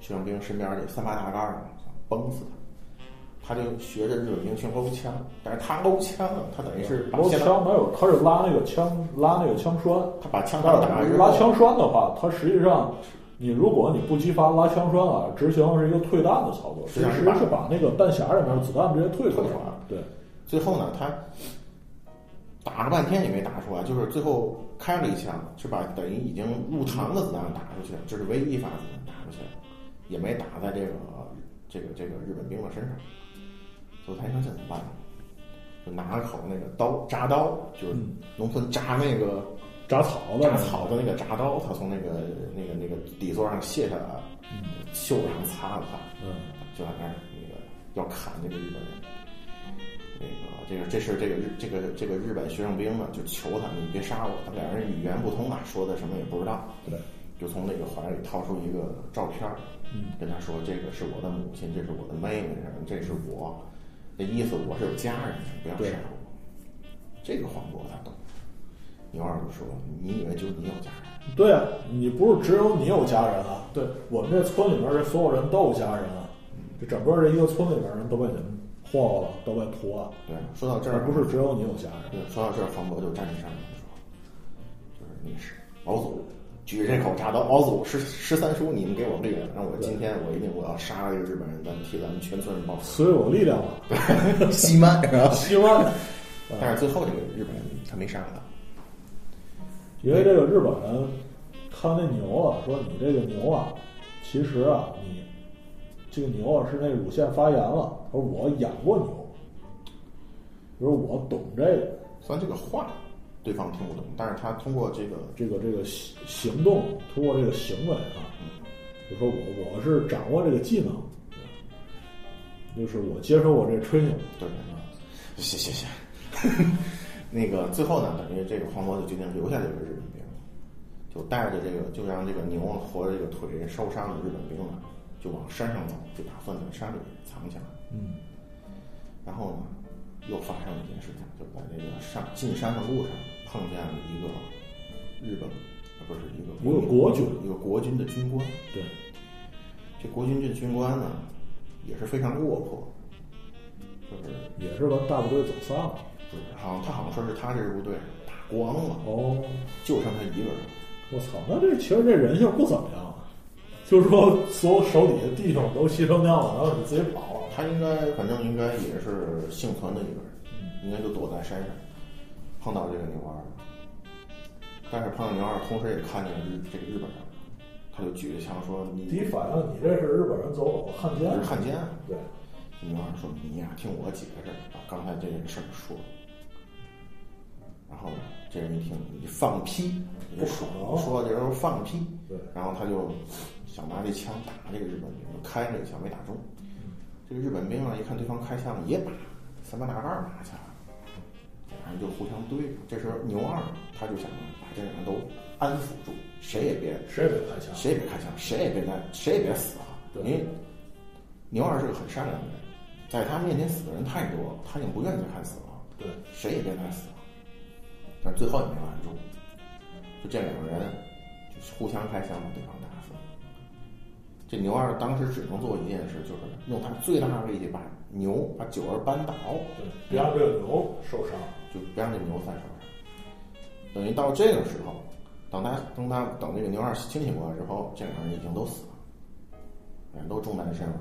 D: 学生兵身边这三八大盖儿啊，想崩死他。他就学着日本兵去搂枪，但是他搂枪啊，他等于是把
C: 搂
D: 现在
C: 枪没有，他是拉那个枪，拉那个枪栓。
D: 他把枪
C: 但
D: 打
C: 是
D: 打之后
C: 拉枪栓的话，它实际上，你如果你不激发拉枪栓啊，执行是一个退弹的操作，
D: 实
C: 其
D: 际上
C: 实
D: 是
C: 是把那个弹匣里面的子弹直接退出来
D: 退出来了。
C: 对，
D: 最后呢，他打了半天也没打出来，就是最后开了一枪，是把等于已经入
C: 嗯
D: 膛的子弹打出去了，这是唯一一发子弹打出去了，也没打在这个这个这个日本兵的身上。所以他一看这怎么办呢？就拿了口那个刀扎刀，就是
C: 嗯
D: 农村扎那个
C: 铡草的，
D: 扎草的那个扎刀，他从那个那个那个底座上卸下来，袖子上擦了擦。
C: 嗯，
D: 就在那儿那个要砍这个日本人。那个这个这是这个日这个这个日本学生兵呢，就求他你别杀我。他俩人语言不通啊，说的什么也不知道，
C: 对，
D: 就从那个怀里掏出一个照片儿，
C: 嗯
D: 跟他说这个是我的母亲，这是我的妹妹，这是我，那意思我是有家人的，不要
C: 对
D: 杀我。这个黄渤他懂。牛二就说：“你以为就你有家人？
C: 对啊，你不是只有你有家人啊？对我们这村里面这所有人都有家人啊，
D: 嗯
C: 这整个这一个村里面人都被你们霍霍了，都被屠了，
D: 对，啊说到这
C: 而
D: 儿
C: 不是只有你有家人。
D: 对，说到这儿，黄渤就站起身来说：“就是你是老祖，举这口铡刀，老祖十十三叔，你们给我力量，让我今天我一定我要杀了这个日本人，咱们替咱们全村人报
C: 所以有力量了，
D: 仇。”西曼，
C: 希望。
D: 但是最后这个日本人他没杀他，
C: 因为这个日本人看那牛啊，说你这个牛啊，其实啊，你这个牛啊是那乳腺发炎了。他说我养过牛，他说我懂这个，
D: 虽然这个话对方听不懂，但是他通过这个
C: 这个这个行行动，通过这个行为啊，就说我我是掌握这个技能，就是我接受我这 training，
D: 对对对，谢谢 谢。那个最后呢，等于这个黄渤就决定留下这个日本兵，就带着这个就让这个牛啊和这个腿受伤的日本兵呢，就往山上走，就打算在山里藏起来。
C: 嗯，
D: 然后呢，又发生了一件事情，就在这个上进山的路上碰见了一个日本，啊不是一个
C: 一个国军
D: 一个国军的军官。
C: 对，
D: 这国军这军官呢，也是非常落魄，就是
C: 也是跟大部队走散了。
D: 不是，好像他好像说是他这支部队打光了，
C: 哦，
D: 就剩他一个人。
C: 我操，那这其实这人性不怎么样啊，就是说所有手底下弟兄都牺牲掉了，然后你自己跑了，
D: 他应该反正应该也是幸存的一个人，应该就躲在山上，碰到这个牛二了。但是碰到牛二，同时也看见了日这个日本人，他就举着枪说：“你
C: 第一反应，你这是日本人走狗汉奸
D: 是，汉奸啊。”
C: 对，
D: 女儿说：“你呀、听我解释，把刚才这件事儿说。”然后这人一听，你放屁！你
C: 不
D: 说
C: 可能
D: 说这人放屁。
C: 对
D: 然后他就想拿这枪打这个日本兵，开了一枪没打中。这个日本兵啊，一看对方开枪了，也把三八大盖儿拿下来，俩人就互相对着。这时候牛二他就想把这俩人都安抚住，谁也别
C: 谁也别开枪，
D: 谁也别开枪，谁也别再，谁也别死啊！
C: 对
D: 因为牛二是个很善良的人，在他面前死的人太多了，他已经不愿意再看死亡，
C: 对，
D: 谁也别再死了。但最后也没拦住，就这两个人就是互相开枪把对方打死了。这牛二当时只能做一件事，就是用他最大的力气把牛把九儿扳倒，
C: 对，别让这个牛受伤。
D: 就不让这牛在手上。等于到这个时候，等他等他等这个牛二清醒过来之后，这两个人已经都死了，两人都中弹身亡。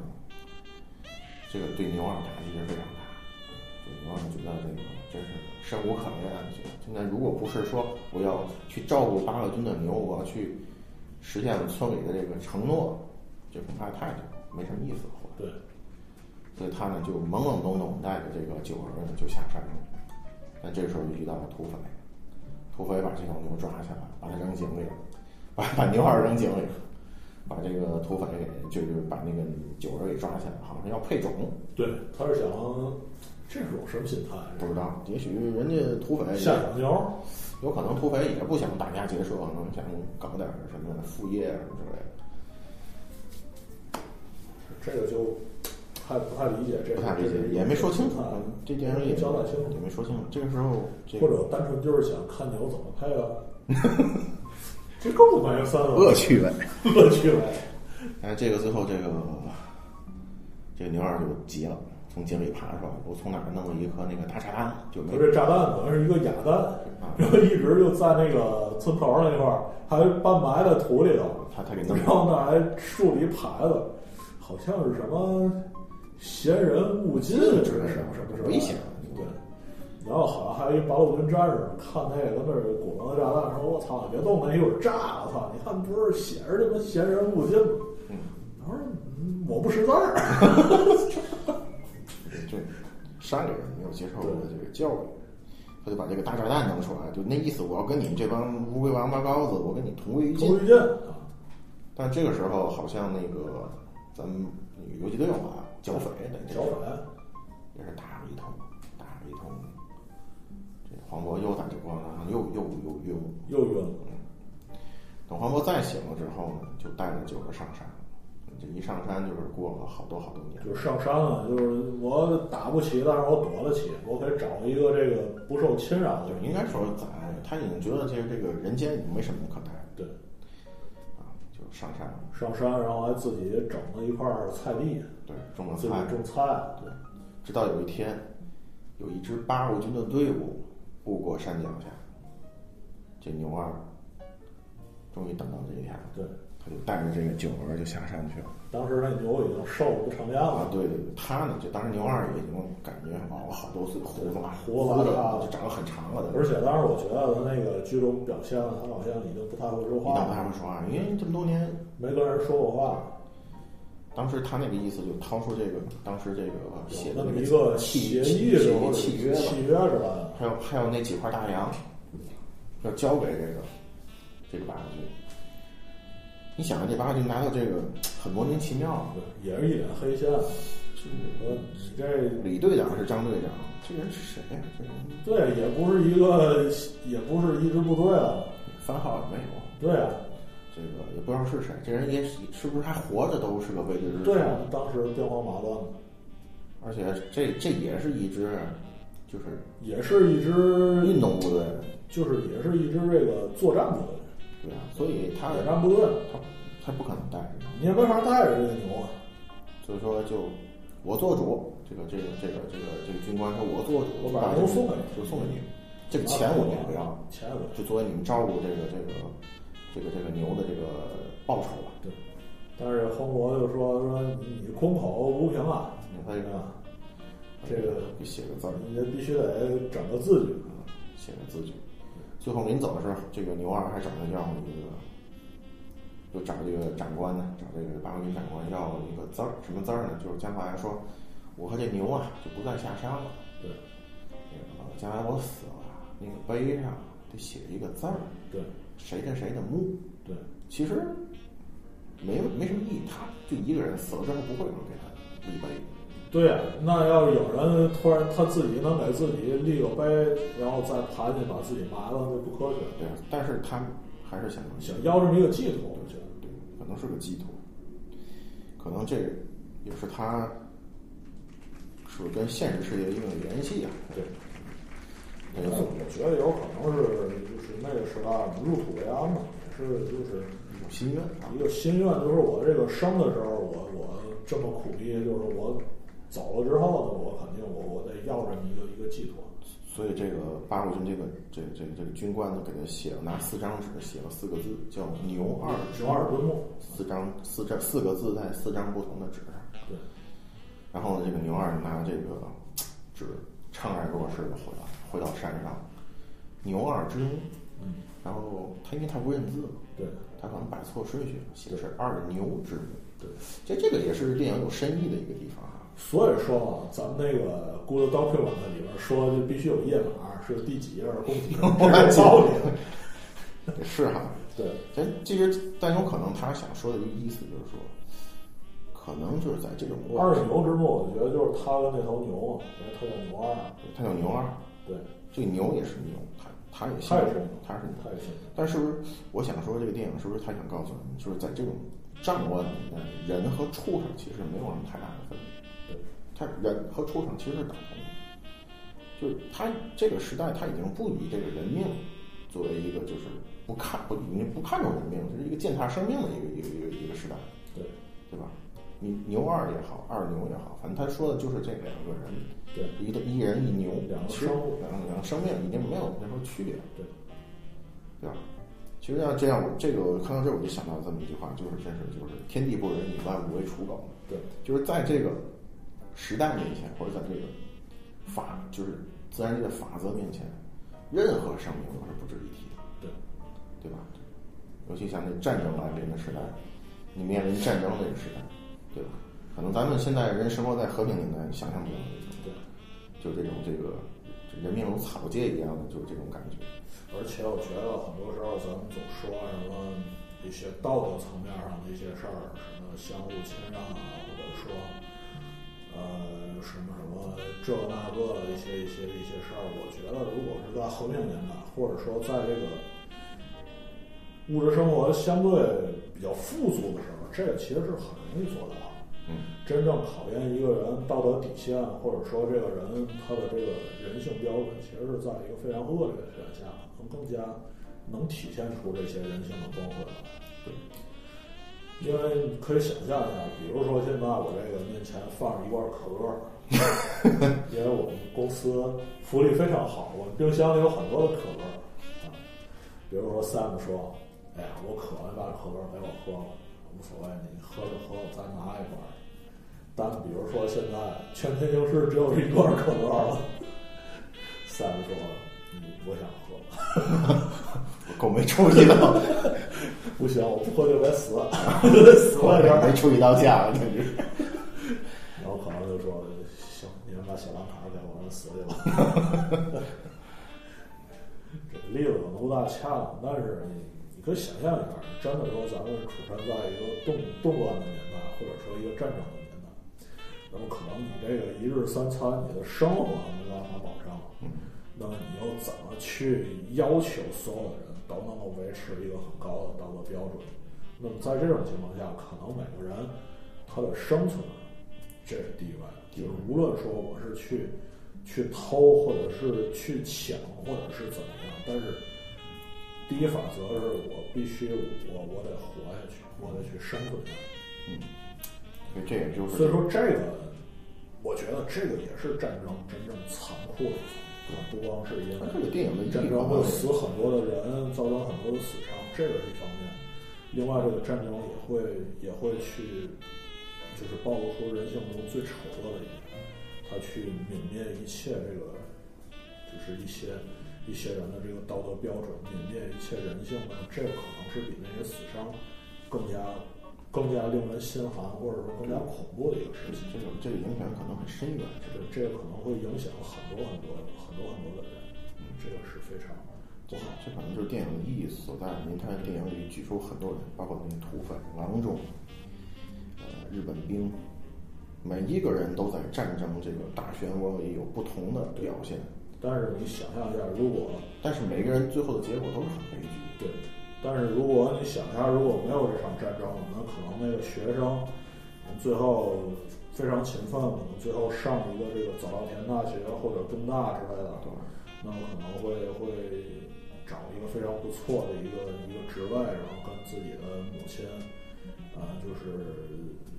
D: 这个对牛二打击是非常大，这牛二觉得这个真是生无可恋。啊现在如果不是说我要去照顾八路军的牛，我要去实现我村里的这个承诺，这恐怕太没什么意思了。活着
C: 对，
D: 所以他呢就懵懵懂懂带着这个九儿呢就下山了。但这时候就遇到了土匪，土匪把这头牛抓起来，把它扔井里了，把把牛二扔井里了，把这个土匪给就是把那个九儿给抓起来，好像要配种，
C: 对，他是想，这是种什么心态？
D: 不知道，也许人家土匪
C: 下小牛，
D: 有可能土匪也不想打家劫舍，可能想搞点什么副业什么之类的。
C: 这个就还不太理解，这个
D: 不太理解，也没说清楚，这电影也
C: 啊没交代清
D: 也
C: 楚，
D: 没说清楚。这个时候，这
C: 或
D: 个
C: 者单纯就是想看牛怎么配啊， 这更不凡有三 了，
D: 趣味。
C: 恶趣味。
D: 但是这个最后这个这个牛二就急了，从井里爬出来，我从哪儿弄了一颗那个大炸弹，就没
C: 他这炸弹可能是一个哑弹，
D: 啊，
C: 然后一直就在那个村口那块儿，还半埋在土里头。
D: 他他给弄
C: 然后那儿还竖了一牌子，好像是什么“闲人勿近”
D: 之类的
C: 什么什么什么
D: 嗯危险
C: 对。然后好像还有一八路军战士看那个那儿鼓囊的炸弹，说：“我操，你别动，那一会儿炸了！操，你看不是写着他妈闲人勿近吗？”
D: 嗯，
C: 他说：“嗯我不识字儿。
D: 这山里人没有接受过这个教育，他就把这个大炸弹弄出来，就那意思，我要跟你这帮乌龟王八羔子，我跟你同归”于
C: 同
D: 尽。
C: 归于尽，
D: 但这个时候好像那个咱们那个游击队吧，剿匪的
C: 小粉
D: 也是打了一通，打了一通。这黄渤又在这光场上又又又又
C: 又晕了。
D: 等黄渤再醒了之后呢，就带着九儿上山了。这一上山就是过了好多好多年，
C: 就是上山了，就是我打不起，但是我躲得起，我可以找一个这个不受侵扰的
D: 就
C: 人。
D: 应该说咱他已经觉得这这个人间已经没什么可待了
C: 对，
D: 啊，就上山了。
C: 上山，然后还自己整了一块儿菜地，
D: 对，种了
C: 自
D: 菜
C: 己，种菜。
D: 对，直到有一天，有一支八路军的队伍路过山脚下，这牛二终于等到这一天了，
C: 对，
D: 他就带着这个九儿就下山去了。
C: 当时那牛已经瘦的不成样
D: 啊
C: 了，，
D: 对对对，他呢，就当时牛二也已经感觉熬了好多岁胡子嘛，
C: 胡子拉碴
D: 就长得很长了，对吧
C: 而且当时我觉得他那个剧中表现，他好像已经不太会说
D: 你
C: 话
D: 当他
C: 了，
D: 们说啊，因为这么多年，
C: 没跟人说过话，
D: 当时他那个意思就掏出这个当时这个写
C: 有
D: 的
C: 那么
D: 这
C: 一个
D: 契
C: 协
D: 契
C: 议或者
D: 契约吧
C: 契，约是吧？
D: 还有还有那几块大洋，要交给这个这个八路军。你想啊，这八路军拿到这个很莫名其妙，啊
C: 也是一脸黑线，我你这
D: 李队长是张队长，这人是谁呀、这人
C: 对也不是一个，也不是一支部队啊，
D: 番号也没有。
C: 对啊，
D: 这个也不知道是谁，这人也许是不是还活着都是个未知之数。
C: 对啊，当时兵荒马乱的，
D: 而且这这也是一支，就是
C: 也是一支
D: 运动部队，
C: 就是也是一支这个作战部队，
D: 对啊，所以他
C: 野战部队，
D: 他他不可能带着，
C: 你也没法带着这个牛啊。
D: 所以说就我做主，这个这个这个这个这个军官说我做主，
C: 我
D: 我
C: 把
D: 把
C: 牛
D: 这
C: 送
D: 个
C: 给你
D: 就送给你，这个钱我也不要，
C: 钱我
D: 就作为你们照顾这个这个这个这个牛的这个报酬吧。
C: 对，但是黄渤就说说你空口无凭啊，
D: 他这个
C: 啊，这个
D: 写个字儿，
C: 你这必须得整个字据啊。
D: 写个字据。最后临走的时候，这个牛二还找他要了一个，就找这个长官呢，找这个八路军长官要了一个字儿，什么字儿呢？就是姜大牙说：“我和这牛啊就不再下山了，
C: 对
D: 那个将来我死了，那个碑上得写一个字儿，
C: 对
D: 谁跟谁的墓。”
C: 对
D: 其实没没什么意义，他就一个人死了之后不会有人给他立碑，
C: 对啊，那要有人突然他自己能给自己立个碑，然后再爬进去把自己埋了，这不科学。
D: 对，但是他还是想要
C: 想要这么一个寄托，我觉得。
D: 对，可能是个寄托，可能这也是他是不是跟现实世界的一种联系啊？
C: 对，
D: 那
C: 那
D: 个
C: 我觉得有可能是就是那个时代啊入土为安嘛，也是就是
D: 一种心愿啊
C: 一，个心愿，就是我这个生的时候，我我这么苦逼，就是我走了之后呢，我肯定我我得要这么一个一个寄托。
D: 所以这个八路军这个这这这个军官呢，给他写了拿四张纸写了四个字，叫“牛二
C: 十二吨木，
D: 四张四张四个字在四张不同的纸上。
C: 对，
D: 然后呢，这个牛二拿这个纸怅然若失的回到回到山上，牛二之一。
C: 嗯，
D: 然后他因为他不认字嘛，
C: 对
D: 他可能摆错顺序了，写的是二牛之一。
C: 对。
D: 这这个也是电影有深意的一个地 方啊。
C: 所以说嘛，咱们那个《咕噜刀 Q 版》那里边说，就必须有页码，是第几页是供体，这是有道理的。
D: 也是哈，
C: 对，
D: 这其实但有可能他想说的一个意思就是说，可能就是在这种过
C: 二
D: 程
C: 牛之墓，我觉得就是他跟那头牛嘛，因为他叫牛啊二，
D: 中，他叫牛二，
C: 对，
D: 这个牛也是牛，他他也
C: 他也
D: 姓
C: 是牛
D: 他是牛。
C: 他也是牛。
D: 但是不是我想说，这个电影是不是他想告诉你，就是在这种战乱里面，人和畜生其实没有什么太大的分别
C: 对。
D: 他人和畜生其实是等同的，就是他这个时代，他已经不以这个人命作为一个就是不看不已经不看重人命，这是一个践踏生命的一个一个一个一个时代，
C: 对
D: 对吧？你牛二也好，二牛也好，反正他说的就是这两个人，
C: 对
D: 一个一人一牛，
C: 两个
D: 其实
C: 生物
D: 两个两个生命已经没有那什么区别了。
C: 对，
D: 对吧？其实要这样，我这个我看到这儿我就想到这么一句话，就是真是就是天地不仁，以万物为刍狗。
C: 对
D: 就是在这个时代面前，或者在这个法就是自然界的法则面前，任何生命都是不值一提的，
C: 对
D: 对吧？尤其像那战争来临的时代，你面临战争那个时代，对吧？可能咱们现在人生活在和平年代，想象不到这种，
C: 对，
D: 就这种这个人命如草芥一样的，就是这种感觉。
C: 而且我觉得很多时候咱们总说什么一些道德层面上的一些事儿，什么相互谦让啊，或者说呃什么什么这那个的一些一些一些事儿，我觉得如果是在和平年代，或者说在这个物质生活相对比较富足的时候，这个其实是很容易做到的。
D: 嗯，
C: 真正考验一个人道德底线，或者说这个人他的这个人性标准，其实是在一个非常恶劣的条件下，可能更加能体现出这些人性的光辉来。
D: 对。
C: 因为你可以想象一下，比如说现在我这个面前放着一罐可乐，因为我们公司福利非常好，我们冰箱里有很多的可乐啊。比如说 Sam 说：“哎呀，我渴了，你把可乐给我喝了，无所谓，你喝就喝，我再拿一罐。”但比如说现在全天津市只有一罐可乐了，Sam 说：“嗯，我想喝，
D: 我够没注 意到。
C: 不行，我不喝就得死，就得死在这儿。”
D: 没注意到价，简直。
C: 然后可能就说：“行，你们把小蓝卡给我，我死去吧。” 这个例子可能不大恰当，但是你你可以想象一下，真的说咱们处身在一个动动乱的年代，或者说一个战争的年代，那么可能你这个一日三餐，你的生活没办法保障，那么你又怎么去要求所有的人都能够维持一个很高的道德标准？那么在这种情况下，可能每个人他的生存这是第一位，就是无论说我是去去偷，或者是去抢，或者是怎么样，但是第一法则是我必须我我得活下去，我得去生存下去。
D: 嗯，所以这也就是
C: 所以说这个，我觉得这个也是战争真正残酷的一方面，不光是因为
D: 它这个电影的意义
C: 战争会死很多的人，造成很多的死伤，这个是一方面；另外，这个战争也会也会去就是暴露出人性中最丑恶的一面，他去泯灭一切这个，就是一些一些人的这个道德标准，泯灭一切人性呢，这个可能是比那些死伤更加更加令人心寒，或者说更加恐怖的一个事情。
D: 这个这个影响可能很深远。
C: 这个这个可能会影响很多很多很多很多的人，嗯这个是非常
D: 这这可能就是电影的意义所在。您看电影里举出很多人，包括那个土匪、郎中，呃，日本兵，每一个人都在战争这个大漩涡里有不同的表现，
C: 但是你想象一下，如果
D: 但是每个人最后的结果都是很悲剧。
C: 对，但是如果你想一下，如果没有这场战争，我们可能那个学生嗯最后非常勤奋，可能最后上一个这个早稻田大学或者东大之类的，
D: 对
C: 那么可能会会找一个非常不错的一个一个职位，然后跟自己的母亲，呃，就是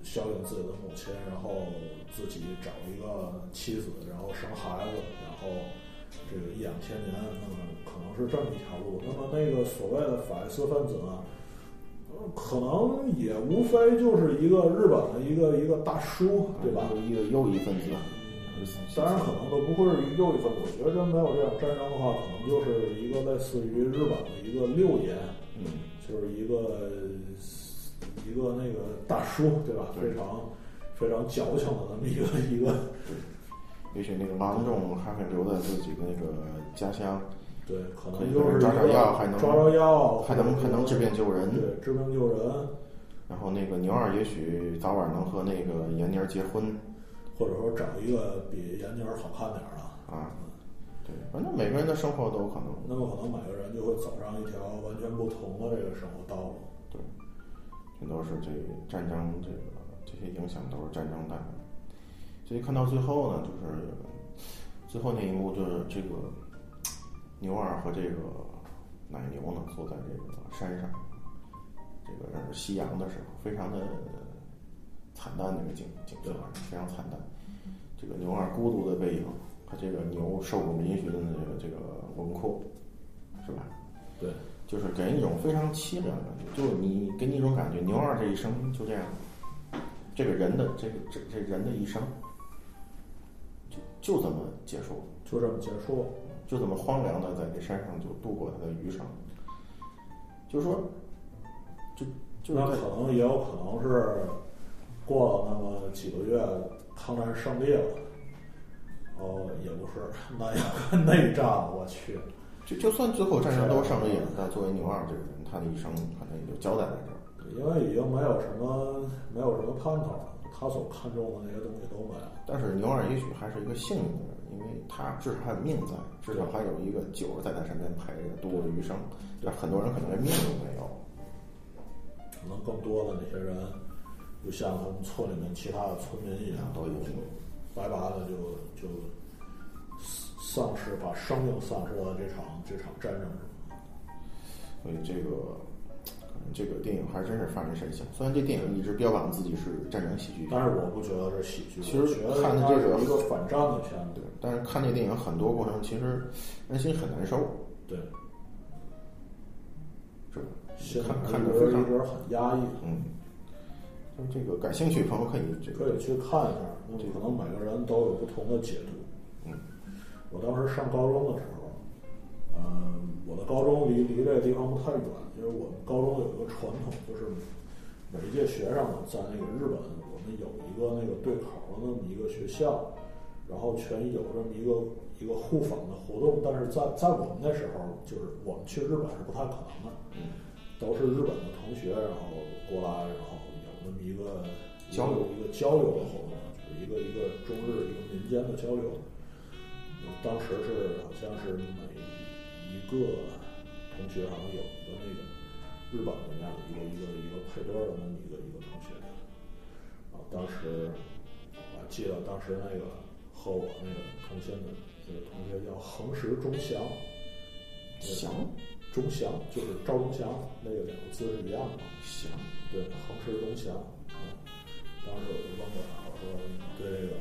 C: 孝敬自己的母亲，然后自己找一个妻子，然后生孩子，然后这个颐养天年，那么可能是这么一条路。那么那个所谓的法西斯分子呢？呃可能也无非就是一个日本的一个一个大叔，对吧？
D: 一个又一分子，
C: 当然可能都不会是右翼分子，我觉得真没有这种战争的话，可能就是一个类似于日本的一个六爷，
D: 嗯，
C: 就是一个一个那个大叔，对吧？
D: 对
C: 非常非常矫情的那么一个一个，
D: 也许那个郎中还会留在自己的那个家乡，
C: 对，可
D: 可
C: 能
D: 能
C: 就是
D: 抓
C: 一
D: 抓
C: 个
D: 药还能
C: 抓抓药，
D: 还能还能治病救人。
C: 对治病救人，
D: 然后那个牛二也许早晚能和那个闫妮儿结婚
C: 或者说找一个比闫妮儿好看点儿的。
D: 啊，对，反正每个人的生活都有可能。
C: 那么可能每个人就会走上一条完全不同的这个生活道路。
D: 对，这都是这个战争这个这些影响都是战争带来的。所以看到最后呢，就是最后那一幕就是这个牛二和这个奶牛呢坐在这个山上，这个是夕阳的时候，非常的惨淡的一个景景色，啊非常惨淡。这个牛二孤独的背影和这个牛受我们允许的这个这个轮廓，是吧？
C: 对，
D: 就是给人一种非常凄凉的感觉，就是你给你一种感觉，牛二这一生就这样，这个人的这个这这人的一生，就就这么结束，
C: 就这么结束。
D: 就这么荒凉的在这山上就度过他的余生，就是说，就就是
C: 那
D: 在
C: 可能也有可能是过了那么几个月，抗战胜利了。哦，也不是，那要内战，我去，
D: 就就算最后战争都胜利了，那作为牛二这个人，他的一生可能也就交代在这儿。
C: 因为已经没有什么没有什么盼头了，他所看重的那些东西都没了。
D: 但是牛二也许还是一个幸运的人，因为他至少还有命在，至少还有一个酒儿在他身边陪着度过余生。但很多人可能连命都没有。
C: 可能更多的那些人，就像他们村里面其他的村民一样，
D: 都已经
C: 白白的就就丧失，把生命丧失到这场这场战争中。
D: 所以这个，可能这个电影还真是发人深省。虽然这电影一直标榜自己是战争喜剧，
C: 但是我不觉得这是喜剧，
D: 其实
C: 我觉得
D: 看着
C: 它
D: 这个
C: 是一个反战的片子
D: 对，，但是看这电影很多过程，其实人心很难受，
C: 对。
D: 是吧？
C: 心里
D: 看
C: 面
D: 看着
C: 一直一
D: 非常
C: 直很压抑，
D: 嗯。就是这个感兴趣的朋友可以这
C: 可
D: 个
C: 以去看一下。那么可能每个人都有不同的解读。
D: 嗯，
C: 我当时上高中的时候，嗯，我的高中离离这个地方不太远，因为我们高中有一个传统，就是每一届学生呢，在那个日本，我们有一个那个对口的那么一个学校，然后全有这么一个一个互访的活动，但是在在我们那时候，就是我们去日本是不太可能的。
D: 嗯
C: 都是日本的同学，然后过来，然后有那么一个
D: 交流
C: 一个交流的活动，就是一个一个中日一个民间的交流。嗯当时是好像是每一个同学好像有一个那个日本的那样一个一个一个配对儿的那么一个一个同学，啊，当时我还记得当时那个和我那个同县的那个同学叫横石忠祥，
D: 翔
C: 钟祥就是赵忠祥，那个两个字是一样的嘛。
D: 翔，
C: 对，横石钟祥。嗯，当时我就问过他，我说你对这个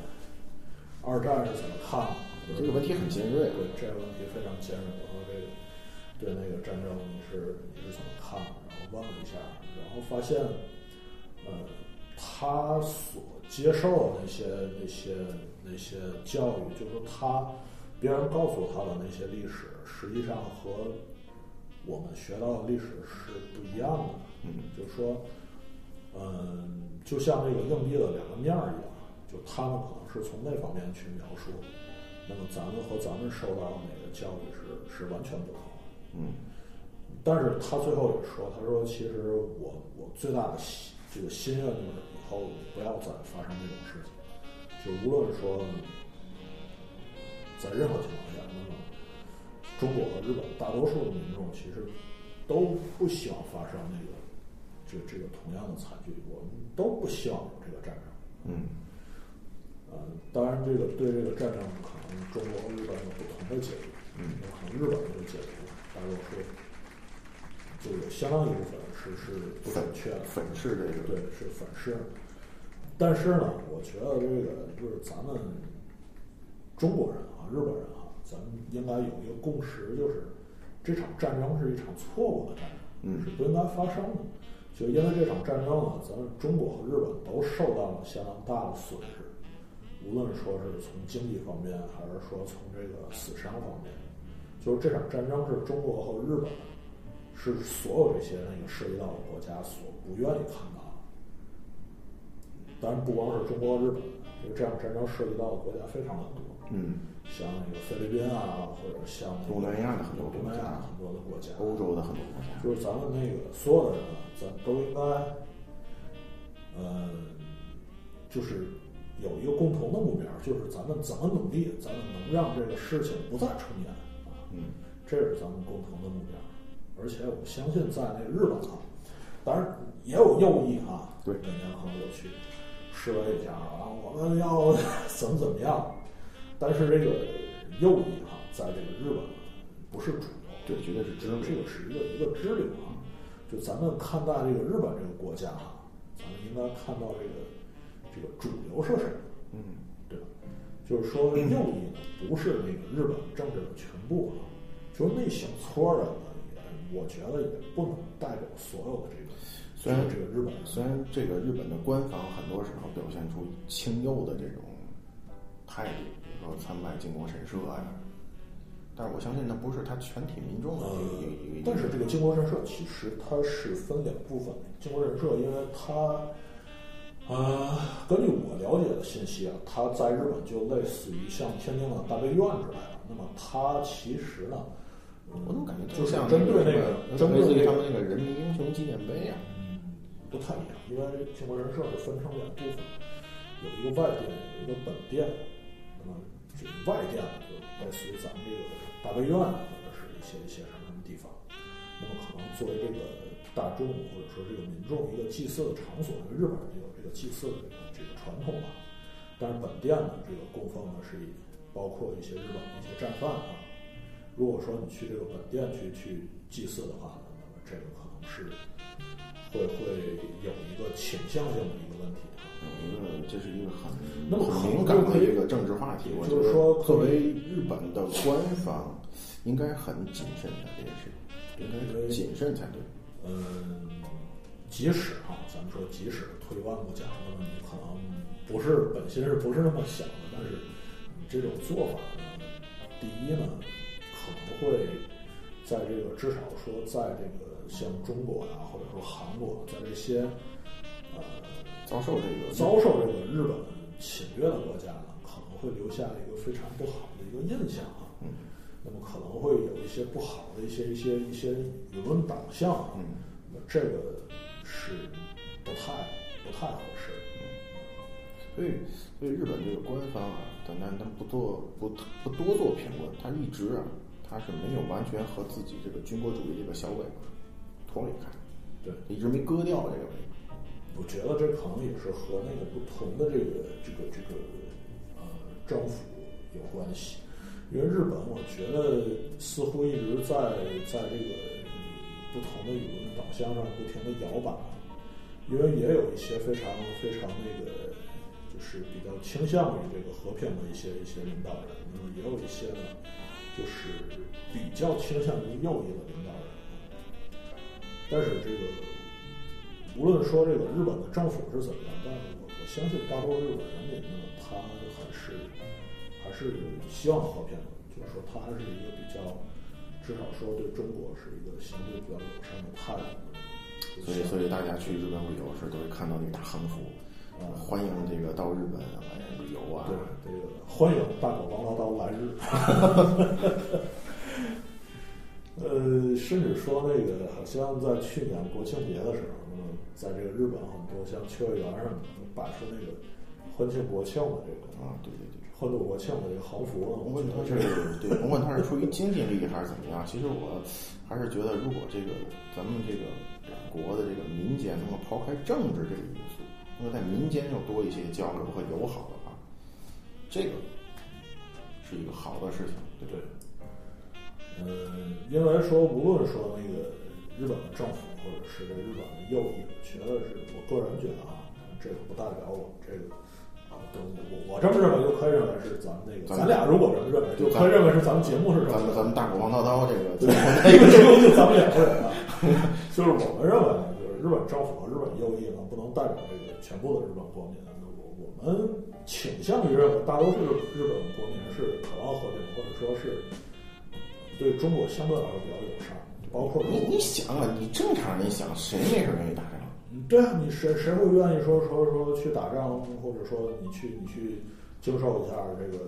C: 二战是怎么看的？
D: 这个问题很尖锐
C: 对，这个问题非常尖锐。我说这个对那个战争你是你是怎么看的？然后问了一下，然后发现，呃，他他所接受的那些那些那些教育，就是说他别人告诉他的那些历史，实际上和我们学到的历史是不一样的。
D: 嗯，
C: 就是说，嗯，就像这个硬币的两个面儿一样，啊就他们可能是从那方面去描述，那么咱们和咱们受到的那个教育是是完全不同的。
D: 嗯
C: 但是他最后也说，他说其实我我最大的心这个心愿就是以后不要再发生这种事情，就无论说在任何情况下，那么中国和日本大多数的民众其实都不希望发生那个这这个同样的惨剧，我们都不希望有这个战争。
D: 嗯
C: 呃，当然，这个对这个战争可能中国和日本有不同的解读，
D: 嗯
C: 有可能日本这个解读，大多数就有相当一部分是是不准确的，
D: 粉饰这个
C: 对，是反噬。但是呢，我觉得这个就是咱们中国人啊，日本人啊，咱们应该有一个共识，就是这场战争是一场错误的战争，
D: 嗯
C: 是不应该发生的。就因为这场战争啊，咱们中国和日本都受到了相当大的损失，无论说是从经济方面，还是说从这个死伤方面，就是这场战争是中国和日本是所有这些那个涉及到的国家所不愿意看到的。当然，不光是中国、日本，因为这场战争涉及到的国家非常的多，
D: 嗯，
C: 像那个菲律宾啊，或者像那个
D: 东南亚的很多国
C: 东南亚
D: 家，
C: 很多的国家，
D: 欧洲的很多国家，
C: 就是咱们那个所有的人啊，咱都应该，呃，就是有一个共同的目标，就是咱们怎么努力，咱们能让这个事情不再重演啊。
D: 嗯
C: 这是咱们共同的目标。而且我相信，在那日本啊，当然也有右翼啊，
D: 对
C: 每年可能有去示威一下啊，我们要 怎么怎么样。但是这个右翼啊，在这个日本不是主流，
D: 对绝对是支流
C: 这个是一个一个支流啊。就咱们看待这个日本这个国家啊，咱们应该看到这个这个主流是什么，
D: 嗯
C: 对吧？就是说右翼呢，不是那个日本政治的全部啊，就是那小撮儿人呢，也我觉得也不能代表所有的这个，
D: 虽然
C: 这个日本人，
D: 虽然这个日本的官方很多时候表现出亲右的这种态度，比如说参拜靖国神社呀、但是我相信那不是他全体民众的
C: 呃
D: 一个一个一个，
C: 但是这个靖国神社其实它是分两部分的。靖国神社，因为它，呃，根据我了解的信息啊，它在日本就类似于像天津的大悲院之类的。那么它其实呢，嗯
D: 我怎么感觉
C: 就是
D: 像
C: 针对
D: 那
C: 那
D: 个
C: 个
D: 针
C: 针
D: 对
C: 对那
D: 他
C: 个
D: 们那个人民英雄纪念碑啊，
C: 嗯，不太一样，因为靖国神社是分成两部分，有一个外殿，有一个本殿。那么这个外殿呢，就类似于咱们这个大悲院啊，或者是一些一些什么什么地方。那么可能作为这个大众或者说这个民众一个祭祀的场所，因为日本人有这个祭祀的这个这个传统啊。但是本殿呢，这个供奉呢是以包括一些日本的一些战犯啊。如果说你去这个本殿去去祭祀的话呢，那么这个可能是会会有一个倾向性的一个问题啊。
D: 有一个这是一个很
C: 那么
D: 很敏感
C: 可能就可
D: 的
C: 以
D: 一个政治话题，我
C: 就是
D: 觉得
C: 说
D: 作
C: 可以
D: 为日本的官方，应该很谨慎的这件事，应该
C: 因为
D: 是谨慎才对。
C: 嗯，即使啊，咱们说即使退万步讲，那么你可能不是本心是不是那么想的，但是你这种做法呢，第一呢，可能会在这个至少说在这个像中国啊，或者说韩国，在这些呃
D: 遭受这个
C: 遭受这个日本侵略的国家呢，可能会留下一个非常不好的一个印象啊。
D: 嗯
C: 那么可能会有一些不好的一些一些一些舆论导向啊。
D: 嗯
C: 那这个是不太不太合适。
D: 所以，所以日本这个官方啊，但但他不做不不多做评论，他一直啊，他是没有完全和自己这个军国主义这个小尾巴脱离开，
C: 对，
D: 一直没割掉这个尾巴。
C: 我觉得这可能也是和那个不同的这个这个这个呃政府有关系，因为日本我觉得似乎一直在在这个不同的舆论导向上不停的摇摆，因为也有一些非常非常那个就是比较倾向于这个和平的一些一些领导人，那么也有一些呢就是比较倾向于右翼的领导人，但是这个无论说这个日本的政府是怎么样，但是我我相信大多数日本人民呢，他还是还是希望和平的，就是说他还是一个比较，至少说对中国是一个相对比较友善的态度的人。
D: 所以，所以大家去日本旅游时都会看到那个大横幅，
C: 呃
D: 欢迎这个到日本来旅游啊
C: 对。这个欢迎大狗王老刀来日。 呃，甚至说那个，好像在去年国庆节的时候，嗯在这个日本很多像秋叶原上摆出那个欢庆国庆的这个
D: 啊，对对对。
C: 欢度国庆的这个横幅啊，
D: 甭
C: 我
D: 问
C: 觉
D: 他
C: 得
D: 是对，甭问他是出于经济利益还是怎么样，其实我还是觉得，如果这个咱们这个两国的这个民间能够抛开政治这个因素，那么在民间要多一些交流和友好的话，这个是一个好的事情，对
C: 对
D: 不对？，
C: 嗯，因为说无论说那个日本的政府或者是这日本的右翼，觉得是我个人觉得啊，这个不代表我们这个啊，都我我这么认为就可以认为是咱们那个，
D: 咱
C: 咱
D: 们
C: 俩如果这么认为，就可以认为是咱们节目是什
D: 咱
C: 么
D: 们咱们大狗王叨叨这个，
C: 对，这个这个 就咱们两个人了，就是我们认为呢，就是日本政府和日本右翼呢，不能代表这个全部的日本国民。我我们倾向于认为，大多数日本国民是渴望和平，或者说是对中国相对来说比较友善，包括
D: 你
C: 如
D: 你想啊，你正常人想，谁没事愿意打仗？
C: 对啊，你谁谁会愿意说说说去打仗，或者说你去你去经受一下这个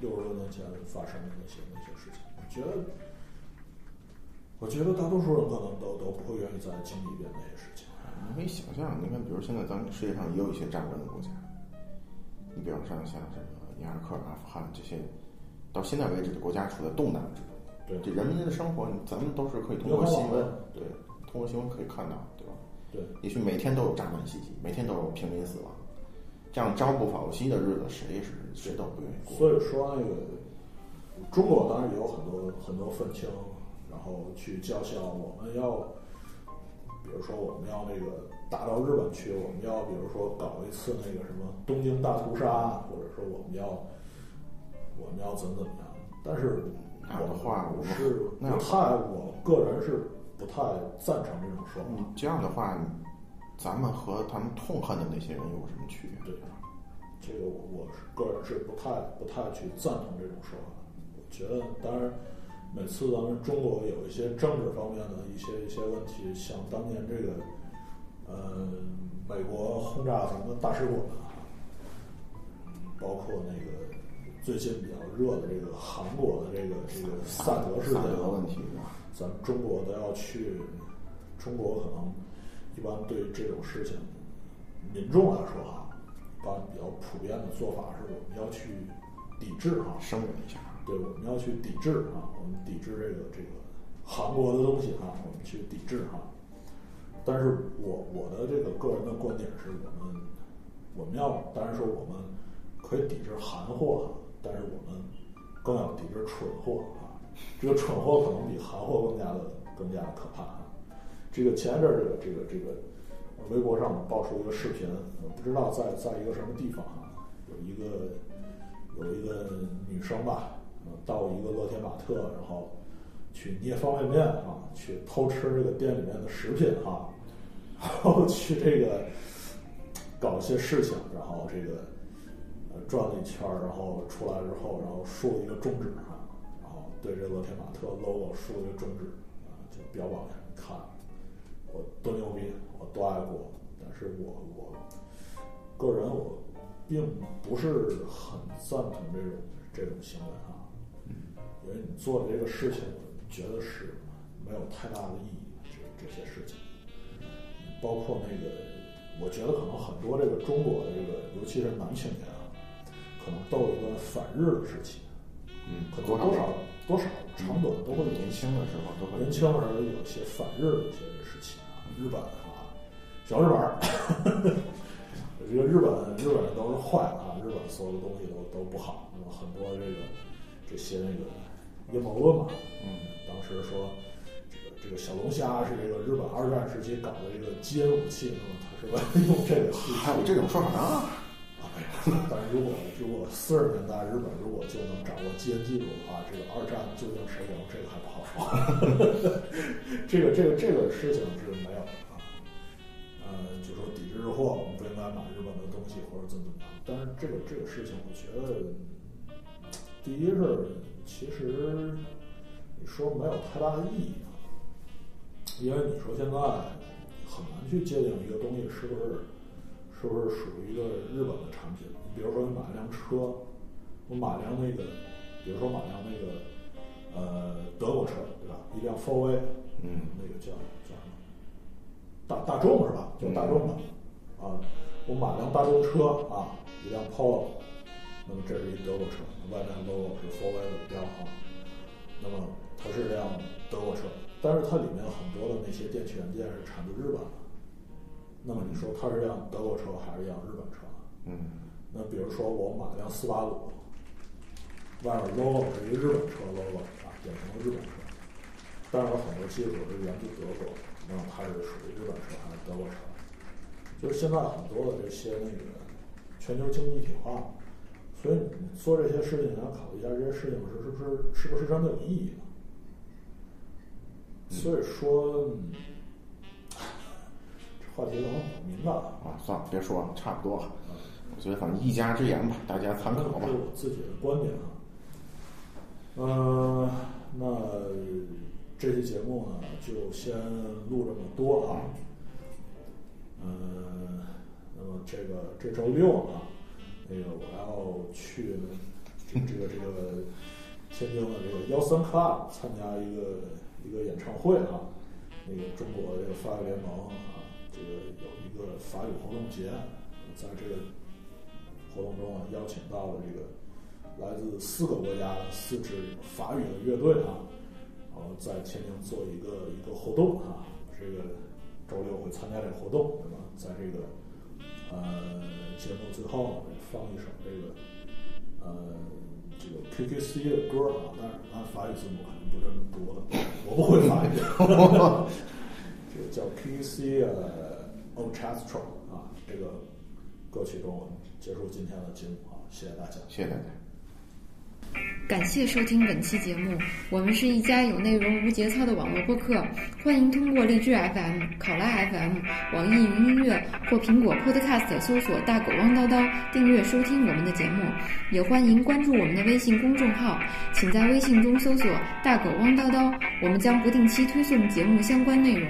C: 六十多年前发生的那些那些事情？我觉得，我觉得大多数人可能都都不会愿意再经历一遍那些事情。
D: 你可以想象，你看，比如现在咱们世界上也有一些战乱的国家，你比如像像这个伊拉克、阿富汗这些，到现在为止的国家处在动荡之中，
C: 对
D: 这人民的生活，咱们都是可以通过
C: 流
D: 新
C: 亡
D: 闻
C: 了，
D: 对，通过新闻可以看到，对吧？
C: 对，
D: 也许每天都有炸弹袭击，每天都有平民死亡，这样朝不保夕的日子，谁是谁都不愿意过。
C: 所以说那个中国当然也有很多很多愤青，然后去叫嚣我们要，比如说我们要那个打到日本去，我们要比如说搞一次那个什么东京大屠杀，或者说我们要我们要怎么怎么样。但是
D: 那
C: 我
D: 样的话
C: 我
D: 我
C: 是不
D: 那样的
C: 太，我个人是不太赞成这种说法。
D: 你嗯这样的话，咱们和他们痛恨的那些人有什么区别？
C: 对这个我我是个人是不太不太去赞同这种说法。我觉得，当然，每次咱们中国有一些政治方面的一些一些问题，像当年这个，呃，美国轰炸咱们大使馆啊，嗯包括那个最近比较热的这个韩国的这个这个萨德事
D: 萨
C: 件
D: 德问题是吧？
C: 咱们中国都要去，中国可能一般对这种事情，民众来说啊，一般比较普遍的做法是我们要去抵制啊，
D: 声明一下。
C: 对，我们要去抵制啊，我们抵制这个这个韩国的东西啊，我们去抵制啊。但是我我的这个个人的观点是我们我们要当然说我们可以抵制韩货啊，但是我们更要抵制蠢货啊。这个蠢货可能比韩货更加的更加的可怕啊。这个前一阵儿这个这个这个微博上爆出一个视频，我不知道在在一个什么地方啊，有一个有一个女生吧，呃到一个洛天玛特，然后去捏方便面啊，去偷吃这个店里面的食品啊， 然后去这个搞一些事情，然后这个呃转了一圈儿，然后出来之后，然后竖一个中指啊，然后对这洛天玛特 logo 竖一个中指啊，就标榜一下，你看我多牛逼，我多爱国，但是我我个人我并不是很赞同这种这种行为啊，因为你做的这个事情，我觉得是没有太大的意义，这这些事情。包括那个，我觉得可能很多这个中国的这个，尤其是男青年啊，可能都有一个反日的时期，
D: 嗯
C: 可能
D: 多
C: 多
D: 少
C: 少多少长短都会有
D: 年轻的时候都会
C: 年轻的时候有一些反日的一些事情啊，日本啊，小日本儿， 这个日本日本人都是坏的啊，日本所有的东西都都不好，那么很多这个这些那个阴谋论嘛，
D: 嗯，
C: 当时说这个这个小龙虾是这个日本二战时期搞的这个基因武器，那么他是为了用这个去
D: 还有这种说法呢？
C: 啊，但是如果如果四十年代日本如果就能掌握基因技术的话，这个二战究竟谁赢，这个还不好说。这个这个这个事情是没有的啊。啊，货，我们不应该买日本的东西或者怎么怎么样。但是这个这个事情，我觉得第一是其实你说没有太大的意义啊，因为你说现在很难去界定一个东西是不是是不是属于一个日本的产品。你比如说你买一辆车，我买辆那个，比如说买辆那个呃德国车，对吧？一辆 Four V，
D: 嗯
C: 那个叫叫什么？大大众是吧？叫大众的、啊，我买辆大众车啊，一辆 Polo，那么这是一德国车，外面 logo 是 f o r w a r 的标号，那么它是辆德国车，但是它里面很多的那些电器元件是产自日本的，那么你说它是辆德国车还是辆日本车？啊
D: 嗯
C: 那比如说我买辆斯巴鲁，外面 logo 是一个日本车 logo 啊，典型的日本车，但是有很多技术是源自德国，那么它是属于日本车还是德国车？就是现在很多的这些那个全球经济一体化，所以你做这些事情，你要考虑一下这些事情是是不是是不是真的有意义呢？所以说，嗯这话题可能很敏感啊。
D: 啊，算了，别说了，差不多了。我觉得反正一家之言吧，大家参
C: 那这
D: 考吧
C: 是。我自己的观点啊。嗯、那这期节目呢，就先录这么多啊。嗯、那么这个这周六呢，那个我要去这这个这个天津的这个幺三 club 参加一个一个演唱会啊。那个中国这个法语联盟啊，这个有一个法语活动节，在这个活动中啊，邀请到了这个来自四个国家四支法语的乐队啊，然后在天津做一个一个活动啊，这个周六会参加这个活动，那么在这个呃节目最后呢放一首这个呃这个 QQC 的歌啊，但是按法语字母肯定不是这么读的，我不会法语，这个叫 QQC 呃 Orchestra 啊，这个歌曲中我们结束今天的节目啊，谢谢大家。
D: 谢谢大家。
E: 感谢收听本期节目，我们是一家有内容无节操的网络播客，欢迎通过荔枝 FM、考拉 FM、网易云音乐或苹果 Podcast 搜索“大狗汪叨叨”订阅收听我们的节目，也欢迎关注我们的微信公众号，请在微信中搜索“大狗汪叨叨”，我们将不定期推送节目相关内容。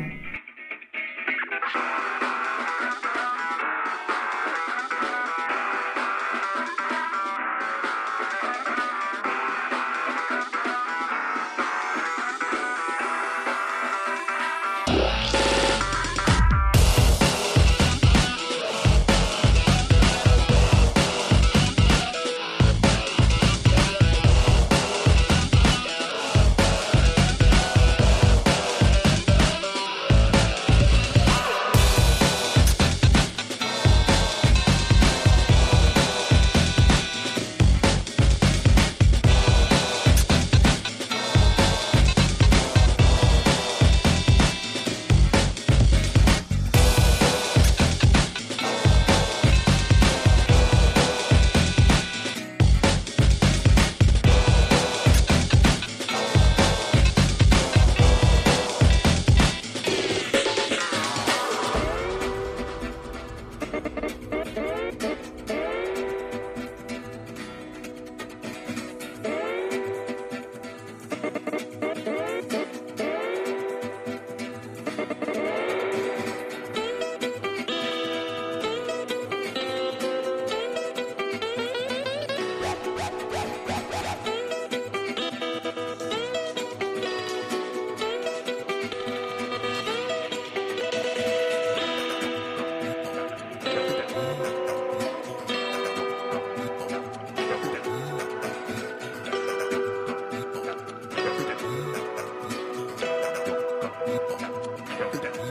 F: Yeah.